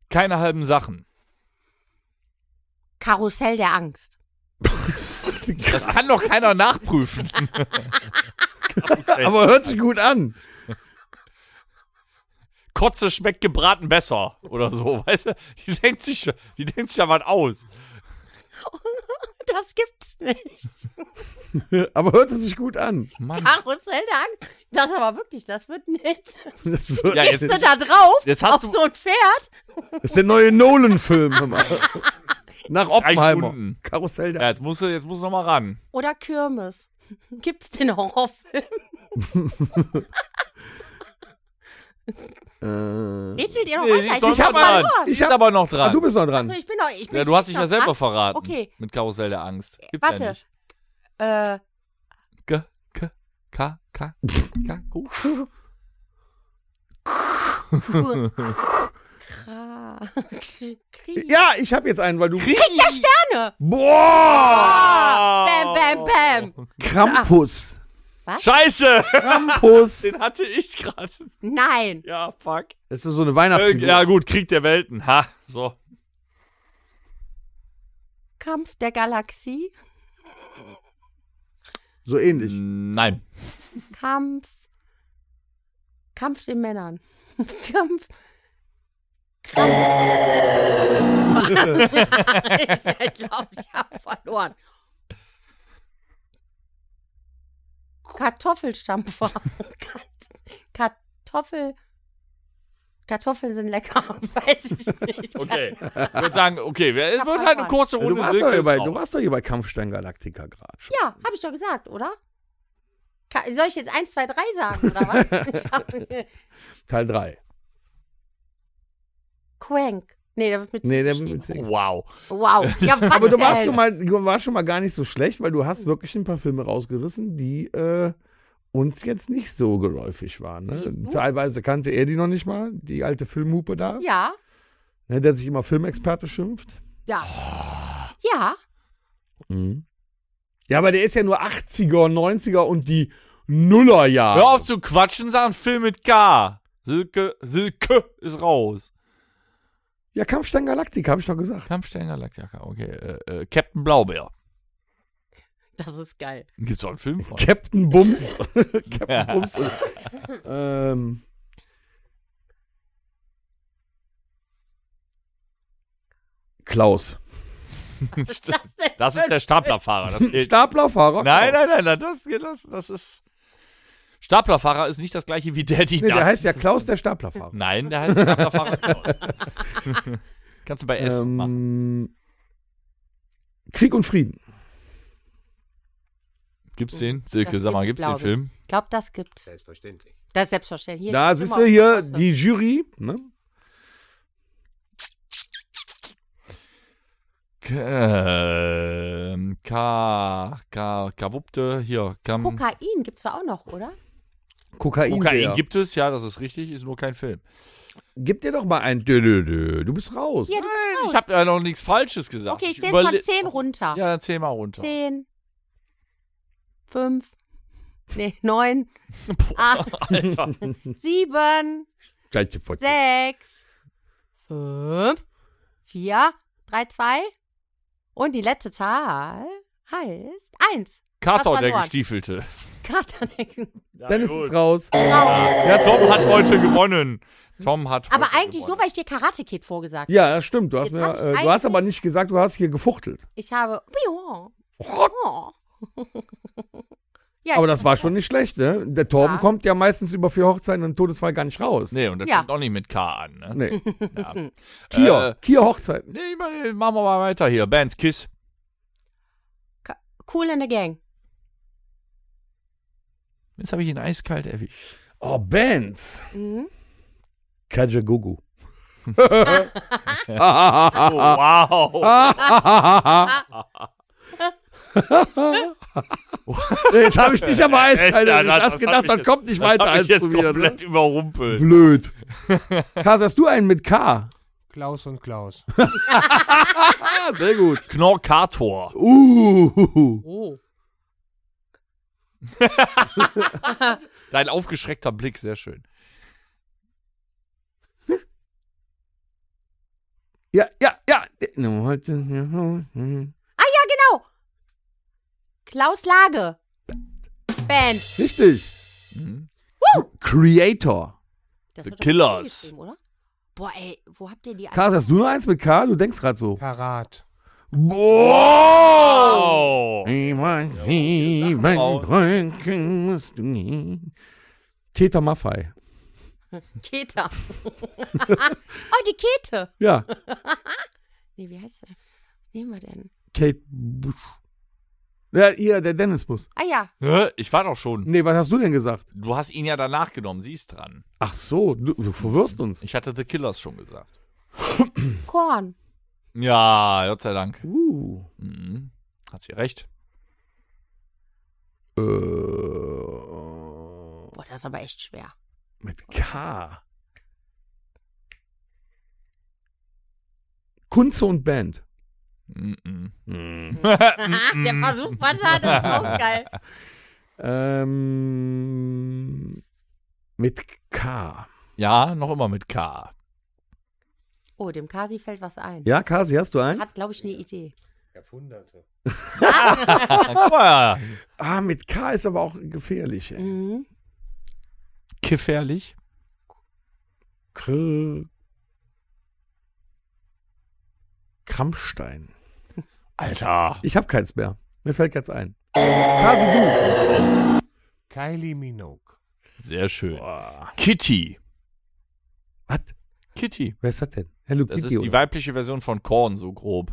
Keine halben Sachen. Karussell der Angst. Das kann doch keiner nachprüfen. Aber hört sich gut an. Kotze schmeckt gebraten besser oder so, weißt du? Die denkt sich, die denkt sich ja was aus. Das gibt's nicht. Aber hört es sich gut an. Mann. Karussell der Angst. Das aber wirklich, das wird nett. Das wird, Ja, jetzt, Bist du da drauf? jetzt auf hast du so ein Pferd? Das ist der neue Nolan-Film. hör mal. Nach Oppenheimer. Stunden. Karussell ja, der. jetzt musst du, jetzt musst du noch mal ran. Oder Kirmes? Gibt's den Horrorfilm? Äh, Rätselt ihr noch Nee, die ist weiter? doch Ich hab noch dran. verloren. Die ist aber noch ah, dran. du bist noch dran. Also ich bin noch, ich bin ja, du hast dich noch ja selber dran. verraten. Okay. Mit Karussell der Angst. Gibt's Ja Warte. nicht. Äh, G, K, K, K, K, K, Kra. Krieg. ja, ich habe jetzt einen, weil du. Ja, Sterne! Boah! Bam, bam, bam! Krampus. Scheiße! Krampus. Den hatte ich gerade. Nein! Ja, fuck. Das ist so eine Weihnachtsfigur. ja, gut, Krieg der Welten. Ha, so. Kampf der Galaxie. So Mhm. ähnlich. Nein. Kampf. Kampf den Männern. Kampf. Kampf. ich glaube, ich habe verloren. Kartoffelstampfer. Kat- Kartoffel. Kartoffeln sind lecker. Weiß ich nicht. Okay. Ich würde sagen, okay, wir- es hab wird halt eine verloren. kurze Runde. Du warst, Silke doch hier ist bei, auch. du warst doch hier bei Kampfstein Galactica gerade schon. Ja, habe ich doch gesagt, oder? Ka- Soll ich jetzt 1, 2, 3 sagen, oder was? Teil 3. Quank. Nee, der wird mit C Nee, der geschrieben. Oh, wow. Wow. Ja, was Aber du warst, denn? schon mal, du warst schon mal gar nicht so schlecht, weil du hast wirklich ein paar Filme rausgerissen, die äh, uns jetzt nicht so geläufig waren. Siehst Ne? du? Teilweise kannte er die noch nicht mal, die alte Filmhupe da, Ja, ne, der sich immer Filmexperte schimpft. ja. Ja, Mhm. Ja, aber der ist ja nur 80er, 90er und die Nullerjahre. Hör auf zu quatschen, sag einen Film mit K. Silke, Silke ist raus. Ja, Kampfstein Galactica, habe ich doch gesagt. Kampfstern Galaktiker, okay. Äh, äh, Captain Blaubeer. das ist geil. Gibt's da einen Film von? Captain Bums. Captain Bums. ähm, Klaus. Was ist das denn? Das ist der Staplerfahrer. Das gilt. Staplerfahrer. Äh, nein, nein, nein, nein, das, das, das ist. Staplerfahrer ist nicht das gleiche wie Daddy Nee, das. der heißt ja Klaus der Staplerfahrer. Nein, der heißt Staplerfahrer. Klaus. Kannst du bei S machen. Ähm, Krieg und Frieden. Gibt's den? Silke, Das sag mal, gibt's, gibt's den glaub Film? Ich glaube, das gibt's. Selbstverständlich. Das ist selbstverständlich. Hier, Da die siehst Nummer du hier auf der Kasse. die Jury. Ne? K, ähm, K, K, Kawuppte, hier, Kam. Kokain gibt's ja auch noch, oder? Kokain. Kokain gibt es, ja, das ist richtig, ist nur kein Film. Gib dir doch mal ein. Dö, dö, dö. Du bist raus. Hier, du bist raus. Ich habe ja noch nichts Falsches gesagt. Okay, ich zähle von überle- 10 runter. Ja, dann zähl mal runter. 10, 5, nee, 9, 8, Alter. 7, Gleiche Fotze. 6, 5, 4, 3, 2 und die letzte Zahl heißt 1. Kater, Was der verloren? Gestiefelte. Katerdecken. Dennis ist raus. Ja, Tom hat heute gewonnen. Tom hat heute Aber eigentlich nur, gewonnen. weil ich dir Karate Kid vorgesagt habe. Ja, das stimmt. Du hast, Jetzt mir, hab ich äh, du hast aber eigentlich- nicht gesagt, du hast hier gefuchtelt. Ich habe. Oh. Ja. ja, Aber das war schon nicht schlecht, ne? Der Torben Ja. kommt ja meistens über vier Hochzeiten und Todesfall gar nicht raus. Nee, und das Ja. fängt auch nicht mit K an. Ne? Nee. Ja. Kier, Äh, Kier Hochzeiten. nee, ich meine, machen wir mal weiter hier. Bands, Kiss. Ka- Cool in the Gang. Jetzt habe ich ihn eiskalt erwischt. Oh, Bands. Mhm. Kajagugu. Ah. Oh, wow. Jetzt habe ich dich aber eiskalt. Alter, Ich hast gedacht, dann kommt nicht weiter als jetzt zu mir. Ne? komplett überrumpelt. Blöd. Kas, hast du einen mit K? Klaus und Klaus. Ah, sehr gut. Knorkator. Uh. Oh. Dein aufgeschreckter Blick, sehr schön. Ja, ja, ja. No, heute- hm. Genau. Klaus Lage. Band. Richtig. Mhm. Creator. Das The wird doch mit K Killers. geschrieben, Oder? Boah, ey, wo habt ihr die? Kas, hast du noch eins mit K? Du denkst gerade so. Karat. Boah! Oh. Keter Maffei. Keta. oh, die Kete. Ja, Nee, wie heißt der? Was nehmen wir denn? Kate Bush. Ja, ihr, der Dennisbus. Ah ja, Hä? Ich war doch schon. Nee, was hast du denn gesagt? Du hast ihn ja danach genommen, sie ist dran. Ach so, du, du verwirrst uns. Ich hatte The Killers schon gesagt. Korn. Ja, Gott sei Dank. Uh. Mhm. Hat sie recht. Äh, Boah, das ist aber echt schwer. mit K. Kunze und Band. Mhm. der Versuch war da, das ist auch geil. Ähm, mit K. Ja, noch immer mit K. Oh, dem Kasi fällt was ein. Ja, Kasi, hast du eins? Hat, glaube ich, eine Idee. Jahrhunderte. Guck mal. Ah, mit K ist aber auch gefährlich. Ey. Mhm. Gefährlich. Kr Krampstein. Alter. Ich habe keins mehr. Mir fällt keins ein. Kasi, du. Kylie Minogue. Sehr schön. Kitty. Was? Kitty. Wer ist das denn? Hello Das Kitty. ist die oder? weibliche Version von Korn, so grob.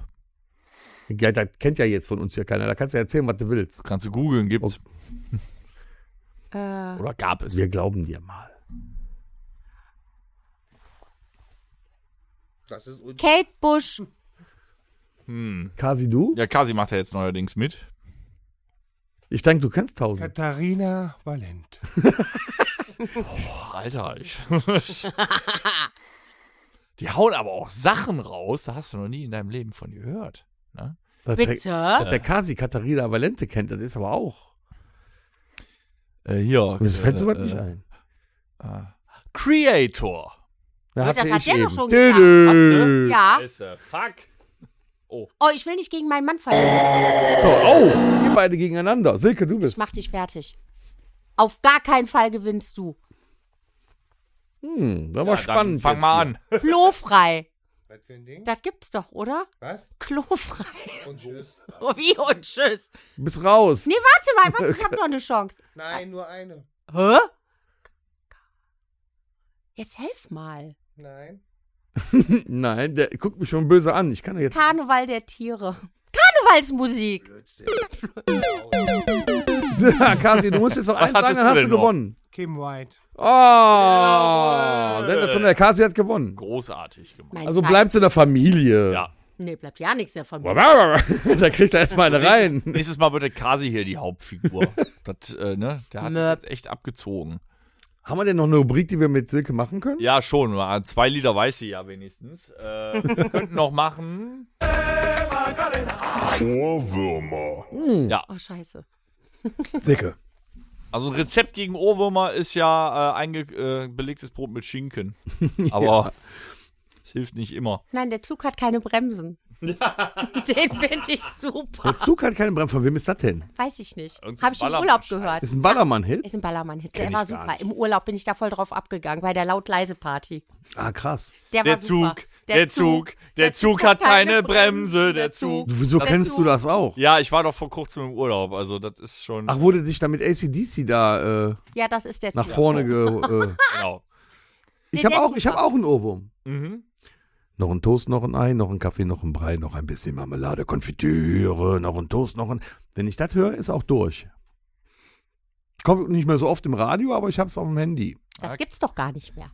Ja, das kennt ja jetzt von uns hier keiner. Da kannst du ja erzählen, was du willst. Das kannst du googeln, gibt's. Äh, Oder gab es. Wir glauben dir mal. Das ist uns. Kate Bush. Hm. Kasi, du? Ja, Kasi macht ja jetzt neuerdings mit. Ich denke, du kennst tausend. Katharina Valent. Alter, ich. die hauen aber auch Sachen raus, da hast du noch nie in deinem Leben von gehört. Ne? Dass der, Bitte. dass der Kasi Katharina Valente kennt, das ist aber auch. Äh, hier. Mir fällt äh, sowas äh, nicht ein. Creator. Da das hat ich der doch eben. schon gesagt. Tü-tü. Ja. fuck. Oh, ich will nicht gegen meinen Mann verlieren. So, oh, wir beide gegeneinander. Silke, du Ich bist. mach dich fertig. Auf gar keinen Fall gewinnst du. Hm, das war Spannend. spannend. Fang jetzt mal hier. an. Klofrei. Was für ein Ding? Das gibt's doch, oder? Was? Klofrei. Und tschüss. Oh, wie und tschüss. Bist raus. Nee, warte mal, warte, ich hab noch eine Chance. Nein, nur eine. Hä? Jetzt helf mal. Nein. Nein, der guckt mich schon böse an. Ich kann ja jetzt. Karneval der Tiere. Karnevalsmusik. Ja, Kasi, du musst jetzt noch eins sagen, hattest dann du hast denn du noch? gewonnen. Kim White. Oh, sensationell. Der Kasi hat gewonnen. Großartig gemacht. Mein Also Zeit- bleibt's in der Familie. Ja. Nee, bleibt ja nichts der Familie. da kriegt er erstmal eine rein. Nächstes, nächstes Mal wird der Kasi hier die Hauptfigur. das, äh, ne? Der hat Nö. jetzt echt abgezogen. Haben wir denn noch eine Rubrik, die wir mit Silke machen können? Ja, schon. mal. Zwei Lieder weiß sie ja wenigstens. Äh, wir könnten noch machen. Ohrwürmer. Oh, scheiße. Silke. Also ein Rezept gegen Ohrwürmer ist ja äh, einge äh, belegtes Brot mit Schinken. Aber es hilft nicht immer. Nein, der Zug hat keine Bremsen. Den finde ich super. Der Zug hat keine Bremse. Von wem ist das denn? Weiß ich nicht. Irgend so ein Habe ich im Ballermann- Urlaub gehört. Ist ein Ballermann-Hit? Ist ein Ballermann-Hit. Kenn Der ich war gar super. nicht. Im Urlaub bin ich da voll drauf abgegangen, bei der Laut-Leise-Party. Ah, krass. Der, Der war super. Zug, der Zug, der Zug hat keine Bremse, der Zug. Du, wieso Das- kennst du das auch? Ja, ich war doch vor kurzem im Urlac, also das ist schon. Ach, wurde dich da mit ACDC da äh, Ja, das ist der Zug. nach vorne ge... Äh. genau. Ich der habe ist auch, ich hab super. auch einen Ohrwurm. Mhm. Noch ein Toast, noch ein Ei, noch ein Kaffee, noch ein Brei, noch ein bisschen Marmelade, Konfitüre, noch ein Toast, noch ein... Wenn ich das höre, ist auch durch. Kommt nicht mehr so oft im Radio, aber ich habe es auf dem Handy. Das gibt's doch gar nicht mehr.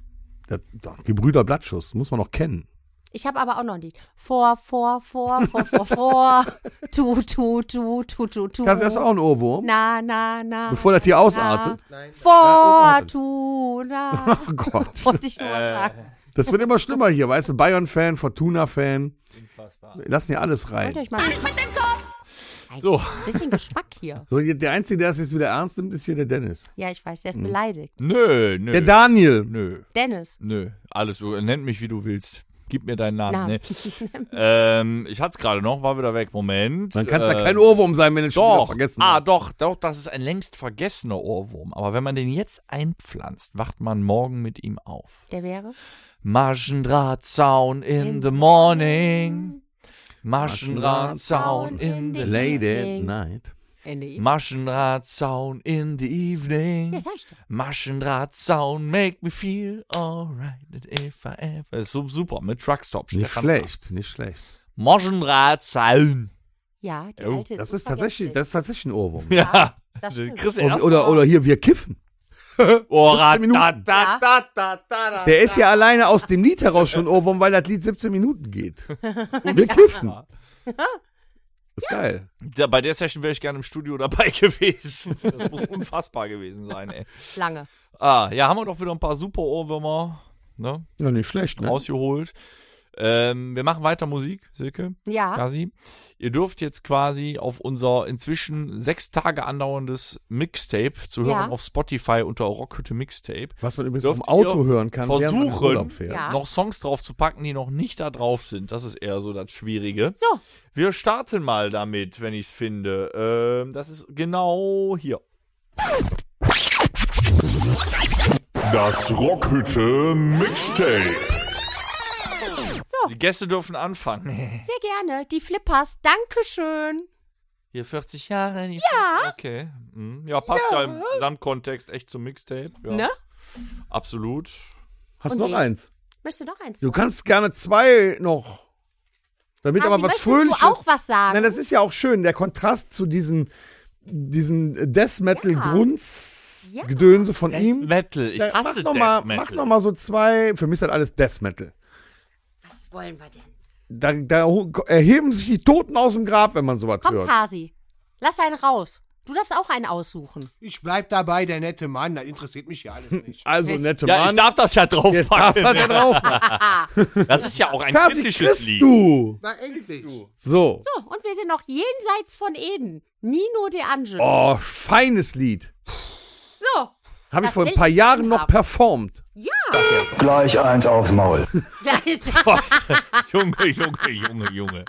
Das, das, die Brüder Blattschuss, muss man noch kennen. Ich habe aber auch noch ein Lied. Vor, vor, vor, vor, vor, vor. Tu, tu, tu, tu, tu, tu. Das ist auch ein Ohrwurm. Oh. Na, na, na. Bevor das hier ausartet. Na. Vor, tu, na. Oh Gott. Wollte ich nur Äh. mal sagen. Das wird immer schlimmer hier, weißt du? Bayern-Fan, Fortuna-Fan. Lassen hier alles Wollt rein. euch mal ein So, bisschen Geschmack hier. So, hier- der Einzige, der es jetzt wieder ernst nimmt, ist hier der Dennis. Ja, ich weiß, der Hm. ist beleidigt. nö, nö. Der Daniel. nö, Dennis. nö. Alles, du- nenn mich, wie du willst. Gib mir deinen Namen. Namen. Ah, Nee. ähm, ich hatte es gerade noch, war wieder weg. Moment. Dann kann es ja Äh, kein Ohrwurm sein, wenn du schon wieder Doch, vergessen ah, hast. doch, doch, das ist ein längst vergessener Ohrwurm. Aber wenn man den jetzt einpflanzt, wacht man morgen mit ihm auf. Der wäre. Maschendrahtzaun in, the morning. Maschendrahtzaun in the e- Lady at Night. Ende ihm. Maschendrahtzaun in the evening. Ja, sag ich doch. Maschendrahtzaun make me feel alright if I ever. Das ist so super mit Truckstop. Nicht schlecht, nicht schlecht. Maschendrahtzaun. Ja, die Oh, alte ist Das ist tatsächlich, das ist tatsächlich ein Ohrwurm. Ja. Das stimmt. Chris Oder, oder, oder hier, wir kiffen. oh, da, Minuten. da, da, da, da, da. Der ist ja alleine aus dem Lied heraus schon Ohrwurm, weil das Lied 17 Minuten geht. Wir kiffen. Ist geil. Da, bei der Session wäre ich gerne im Studio dabei gewesen. Das muss unfassbar gewesen sein, ey. lange. Ah, ja, haben wir doch wieder ein paar super Ohrwürmer ne, Ja, nicht schlecht, ne? rausgeholt. Ähm, wir machen weiter Musik, Silke, Ja, Kasi. Ihr dürft jetzt quasi auf unser inzwischen sechs Tage andauerndes Mixtape zu hören Ja. auf Spotify unter Rockhütte Mixtape Was man übrigens Dürft im Auto ihr hören kann, während man in versuchen? Urlaub fährt. Ja. noch Songs drauf zu packen, die noch nicht da drauf sind. Das ist eher so das Schwierige. So. Wir starten mal damit, wenn ich es finde. Ähm, das ist genau hier. Das Rockhütte Mixtape. Die Gäste dürfen anfangen. sehr gerne. Die Flippers, Dankeschön. Hier 40 Jahre. ja. Okay. Mhm. Ja, passt ja. im Gesamtkontext echt zum Mixtape. Ja. Ne? Absolut. Hast Und noch wie? eins? Möchtest du noch eins? Du kannst gerne zwei noch. Damit Hasi, aber was möchtest Fröhliches. du auch was sagen? Nein, das ist ja auch schön, der Kontrast zu diesen, diesen Death Metal Ja. Grundsgedönse von ihm. Metal. Ich Ja, hasse mach noch mal, Death Metal. Mach nochmal so zwei, für mich ist das alles Death Metal. was wollen wir denn? Da, da ho- erheben sich die Toten aus dem Grab, wenn man sowas Komm, hört. Kasi, lass einen raus. Du darfst auch einen aussuchen. Ich bleib dabei, der nette Mann. Das interessiert mich ja alles nicht. Also, nette ja, ich Mann. darf das ja drauf Jetzt darfst du halt packen. da drauf. Das ist ja auch ein Kasi, kritisches kriegst Lied. du. Na endlich. So. So, und wir sind noch jenseits von Eden. Nino De Angelo. Oh, feines Lied. So, Habe ich Das vor ein will paar ich Jahren gesehen noch haben. performt. ja. Gleich eins aufs Maul. Gleich. Junge, Junge, Junge, Junge.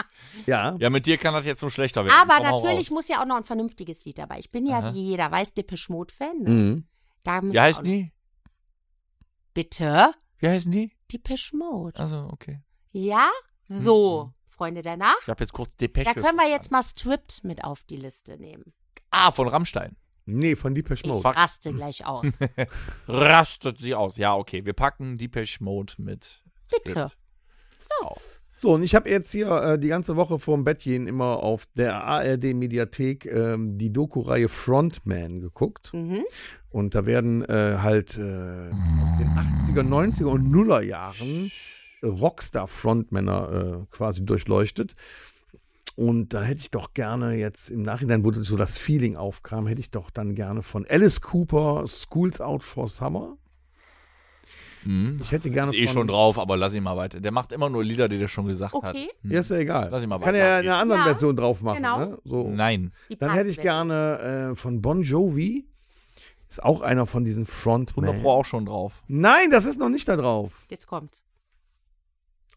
Ja. Ja, mit dir kann das jetzt nur schlechter werden. Aber Komm, hau natürlich raus. muss ja auch noch ein vernünftiges Lied dabei. Ich bin ja, wie jeder weiß, Depeche Mode-Fan. Ne? Mhm. Da muss Wie heißen auch noch- die? Bitte? Wie heißen die? Depeche Mode. Also, okay. Ja? Mhm. So, Freunde der Nacht. Ich habe jetzt kurz Depeche. Da können wir jetzt mal Stripped mit auf die Liste nehmen. Ah, von Rammstein. Nee, von Deepesh Ich Mode. raste gleich aus. Rastet sie aus. Ja, okay. Wir packen Depeche Mode mit. Bitte. Stimmt. So, und ich habe jetzt hier äh, die ganze Woche vorm Bettchen immer auf der ARD-Mediathek ähm, die Doku-Reihe Frontman geguckt. Mhm. Und da werden äh, halt äh, aus den 80er, 90er und Nuller Jahren Rockstar-Frontmänner äh, quasi durchleuchtet. Und da hätte ich doch gerne jetzt im Nachhinein, wo so das Feeling aufkam, hätte ich doch dann gerne von Alice Cooper Schools Out for Summer. Mhm. Ich hätte gerne Ist eh von, schon drauf, aber lass ihn mal weiter. Der macht immer nur Lieder, die der schon gesagt hat. Okay, Ja, ist ja egal. Hm. Lass ihn mal Kann ja weitergehen. eine andere Ja, Version drauf machen. genau. Ne? So. Nein. die Dann hätte ich Parkplätze. gerne äh, von Bon Jovi. Ist auch einer von diesen Bruder Frontmen. Pro auch schon drauf. Nein, das ist noch nicht da drauf. Jetzt kommt.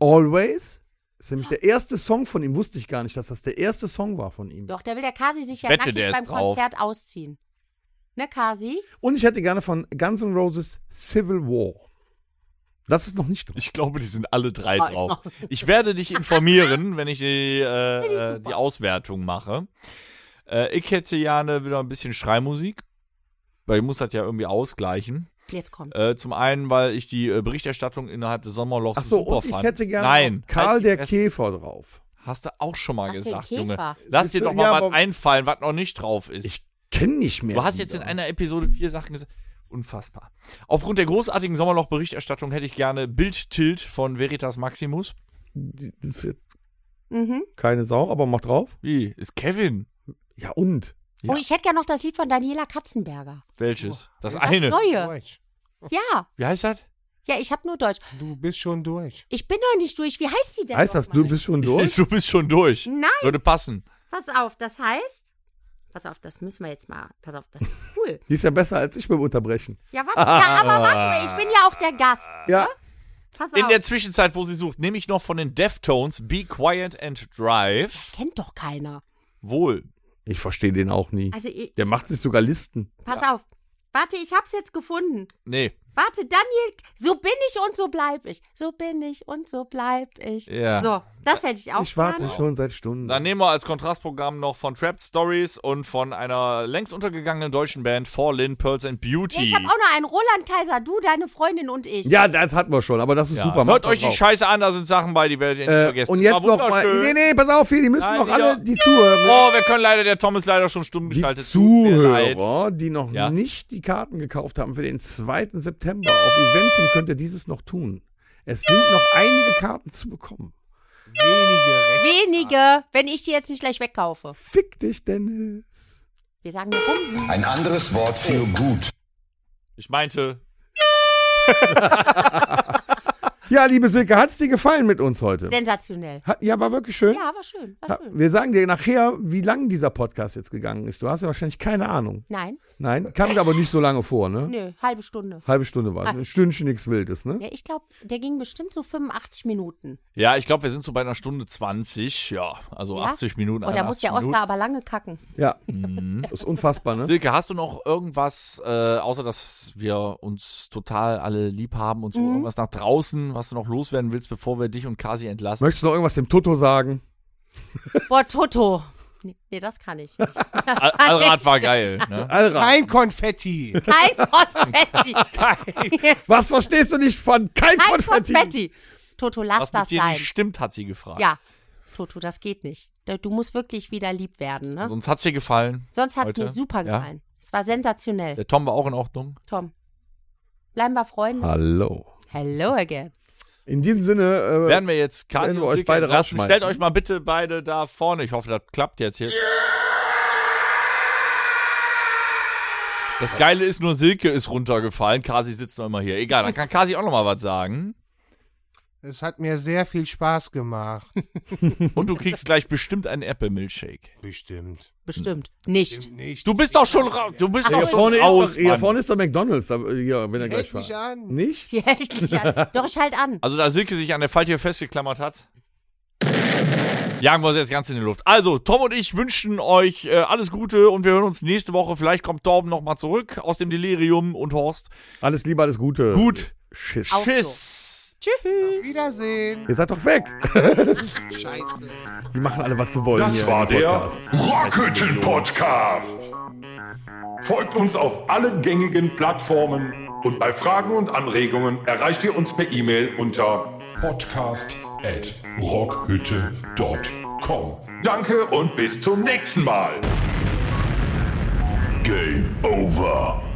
Always ist nämlich der erste Song von ihm. Wusste ich gar nicht, dass das der erste Song war von ihm. Doch, da will der Kasi sich ja Wette, der nackig ist beim drauf. Konzert ausziehen. Ne, Kasi? Und ich hätte gerne von Guns N' Roses Civil War. Das ist noch nicht drauf. Ich glaube, die sind alle drei Ah, ich drauf. mach- Ich werde dich informieren, wenn ich die, Finde ich äh, äh, super. die Auswertung mache. Äh, ich hätte gerne wieder ein bisschen Schreimusik, weil ich muss das ja irgendwie ausgleichen. Jetzt kommt. Äh, zum einen, weil ich die äh, Berichterstattung innerhalb des Sommerlochs Ach so, super und ich fand. hätte gerne Nein, noch Karl halt die der Fresse. Käfer drauf. Hast du auch schon mal Was für ein gesagt, Käfer? Junge. Lass dir Siehst du, doch mal ja, was aber- einfallen, was noch nicht drauf ist. Ich kenne nicht mehr. du hast jetzt in wieder. einer Episode vier Sachen gesagt. Unfassbar. Aufgrund der großartigen Sommerloch-Berichterstattung hätte ich gerne Bild-Tilt von Veritas Maximus. Das ist jetzt Mhm. keine Sau, aber mach drauf. Wie? Ist Kevin? Ja, und? Oh, ich hätte gerne noch das Lied von Daniela Katzenberger. Welches? Das Das eine. Neue. Deutsch. Ja. Wie heißt das? Ja, ich habe nur Deutsch. Du bist schon durch. Ich bin noch nicht durch. Wie heißt die denn? heißt das, nochmal? du bist schon durch? Du bist schon durch. Nein. Würde passen. Pass auf, das heißt. Pass auf, das müssen wir jetzt mal. Pass auf, das ist cool. Die ist ja besser als ich beim Unterbrechen. Ja, warte. Ja, aber warte mal, ich bin ja auch der Gast. Ja, Pass In auf. der Zwischenzeit, wo sie sucht, nehme ich noch von den Deftones Be Quiet and Drive. Kennt doch keiner. Wohl. ich verstehe den auch nie. Also, ich, Der macht sich sogar Listen. pass auf. Warte, ich hab's jetzt gefunden. Nee. Warte, Daniel, so bin ich und so bleib ich. So bin ich und so bleib ich. Ja. So, das hätte ich auch Ich warte gerne. schon seit Stunden. Dann nehmen wir als Kontrastprogramm noch von Trapped Stories und von einer längst untergegangenen deutschen Band Four Lin Pearls and Beauty. Ich habe auch noch einen Roland Kaiser, du, deine Freundin und ich. ja, das hatten wir schon, aber das ist ja. super. Hört Macht euch die drauf. Scheiße an, da sind Sachen bei, die werdet ihr nicht äh, vergessen. Und jetzt War nochmal. wunderschön. Nee, nee, pass auf hier, die müssen Nein, noch die alle, da- die Zuhörer. Oh, wir können leider, der Tom ist leider schon stumm Die geschaltet. Tut mir leid. Zuhörer, die noch Ja. nicht die Karten gekauft haben für den 2. September auf Eventim, könnt ihr dieses noch tun. Es sind noch einige Karten zu bekommen. Wenige Wenige, wenn ich die jetzt nicht gleich wegkaufe. Fick dich, Dennis. Wir sagen nur Bumsen. Ein anderes Wort für gut. Ich meinte, Ja, liebe Silke, hat's dir gefallen mit uns heute? Sensationell. Hat, ja, war wirklich schön. Ja, war schön, war Ha- schön. Ah, Wir sagen dir nachher, wie lang dieser Podcast jetzt gegangen ist. Du hast ja wahrscheinlich keine Ahnung. Nein, Nein, kam mir aber nicht so lange vor, ne? nö, halbe Stunde. Halbe Stunde war. Ein Stündchen nichts Wildes, ne? Ja, ich glaube, der ging bestimmt so 85 Minuten. ja, ich glaube, wir sind so bei einer Stunde 20, ja, also Ja? 80 Minuten. Und da 81 muss der Minuten. Oscar aber lange kacken. Ja. Mhm. Ist unfassbar, ne? Silke, hast du noch irgendwas, äh, außer dass wir uns total alle lieb haben und so Mhm. irgendwas nach draußen, was du noch loswerden willst, bevor wir dich und Kasi entlassen? Möchtest du noch irgendwas dem Toto sagen? Boah, Toto. Nee, nee, das kann ich nicht. Al Allrad war geil. Ne? Allra, Kein Konfetti. Kein Konfetti. was verstehst du nicht von kein, Kein Konfetti? Konfetti. Toto, lass Was mit das dir sein. nicht stimmt, hat sie gefragt. Ja, Toto, das geht nicht. Da- Du musst wirklich wieder lieb werden, ne? Sonst hat's dir gefallen. Sonst hat's Also, heute? mir super Ja. gefallen. Es war sensationell. Der Tom war auch in Ordnung. Tom, bleiben wir Freunde. Hallo. Hello again. In diesem Sinne, äh, Werden wir jetzt Kasi Werden wir und euch Silke beide entlassen. rausschmeißen? Stellt euch mal bitte beide da vorne. Ich hoffe, das klappt jetzt hier. Das Geile ist nur, Silke ist runtergefallen. Kasi sitzt noch immer hier. Egal, dann kann Kasi auch noch mal was sagen. Es hat mir sehr viel Spaß gemacht. Und du kriegst gleich bestimmt einen Apple Milkshake. Bestimmt. Bestimmt. Nicht. Nicht. Du bist doch schon raus. Du bist Ach, doch hier, Alter. schon vorne raus. ist doch, hier Mann. vorne ist doch McDonalds, da, hier, wenn er gleich Hält fährt. mich an. Nicht? Die hält dich an. Doch, ich halt an. Also da Silke sich an der Falte hier festgeklammert hat. Jagen wir uns jetzt ganz in die Luft. Also, Tom und ich wünschen euch äh, alles Gute und wir hören uns nächste Woche. Vielleicht kommt Torben nochmal zurück aus dem Delirium und Horst. Alles Liebe, alles Gute. Gut. Schiss. Auch so. Tschüss. Tschüss. Wiedersehen. Ihr seid doch weg. Scheiße. Die machen alle, was sie wollen. Das hier war im der Podcast. Rockhütten Podcast. Folgt uns auf allen gängigen Plattformen und bei Fragen und Anregungen erreicht ihr uns per E-Mail unter podcast@rockhütte.com. Danke und bis zum nächsten Mal. Game over.